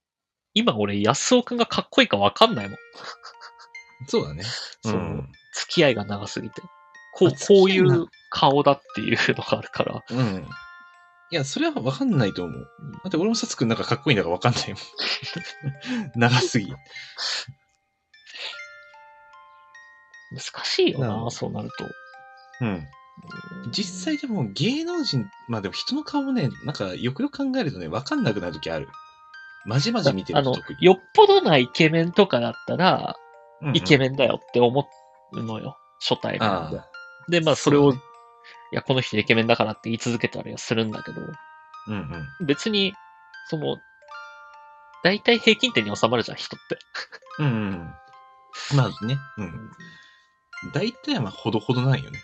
今俺、安尾くんがかっこいいかわかんないもん。そうだね。そのん付き合いが長すぎて。こうあ、付こうきい合いなう顔だっていうのがあるから。うん。いや、それはわかんないと思う。だって俺もサツくんなんかかっこいいんだからわかんないもん。 長すぎ。難しいよな、うんそうなると。うん。実際でも芸能人、まあでも人の顔もね、なんかよくよく考えるとね、わかんなくなるときある。まじまじ見てあるとの特、に。よっぽどなイケメンとかだったら、イケメメンだよって思うのよ、初対面であ。で、まあそれそうを、ねいや、この人イケメンだからって言い続けたりはするんだけど、あ。うんうん。別に、その、大体平均点に収まるじゃん、人って。うんうん。まあね。うん。大体はまあほどほどないよね。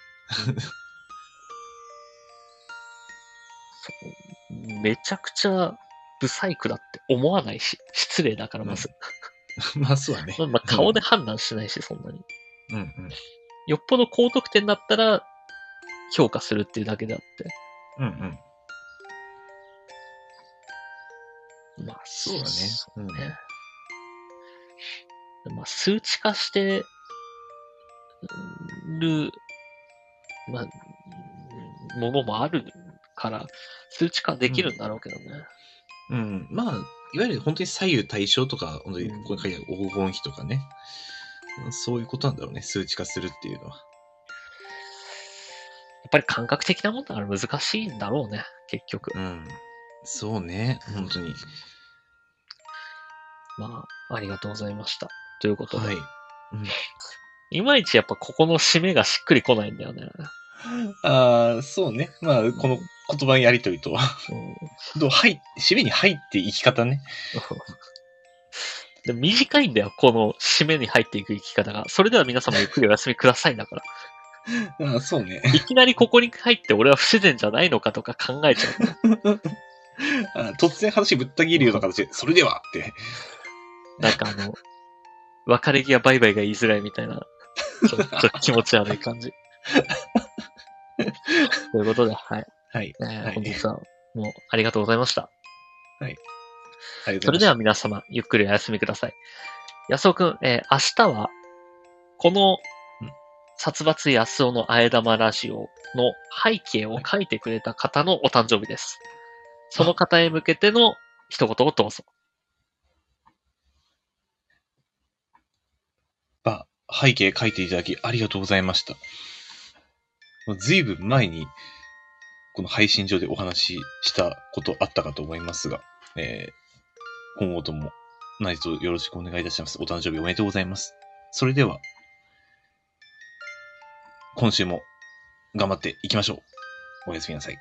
そうめちゃくちゃ、不細工だって思わないし、失礼だからまず。 まあそうだね。まあまあ顔で判断しないし、そんなに。うんうん。よっぽど高得点だったら、評価するっていうだけであって。うんうん。まあ、そうだね。うんね。まあ、数値化してる、まあ、うんものもあるから、数値化できるんだろうけどね。うん、まあ、いわゆる本当に左右対称とか、本当にうんここに書いてある黄金比とかね、そういうことなんだろうね、数値化するっていうのは。やっぱり感覚的なもんだから難しいんだろうね、結局う。ん。そうね、本当に。まあ、ありがとうございました。ということで、、はいい。まいちやっぱここの締めがしっくりこないんだよね。ああ、そうね。まあ、この言葉のやりとりとは、 うんどう入っ締めに入っていき方ね。 で短いんだよ、この締めに入っていく生き方が。それでは皆様ゆっくりお休みくださいだから。 ああ、そうね。いきなりここに入って俺は不自然じゃないのかとか考えちゃう。あー突然話ぶった切るような形で、それではって。なんかあの、別れ際バイバイが言いづらいみたいな、ちょっと気持ち悪い感 じ。ということで、はい。はい。えーはい本日はもうありがとうございました。ありがそとうれごでざいは皆様、ゆっくりお休みください。安尾くん、えー明日は、このうん、殺伐安尾のあえ玉ラジオの背景を書いてくれた方のお誕生日です。その方へ向けての一言をどうぞ。まあ、背景書いていただきありがとうございました。もうずいぶん前に、この配信上でお話ししたことあったかと思いますが、えー今後とも何卒よろしくお願いいたします。お誕生日おめでとうございます。それでは、今週も頑張っていきましょう。おやすみなさい。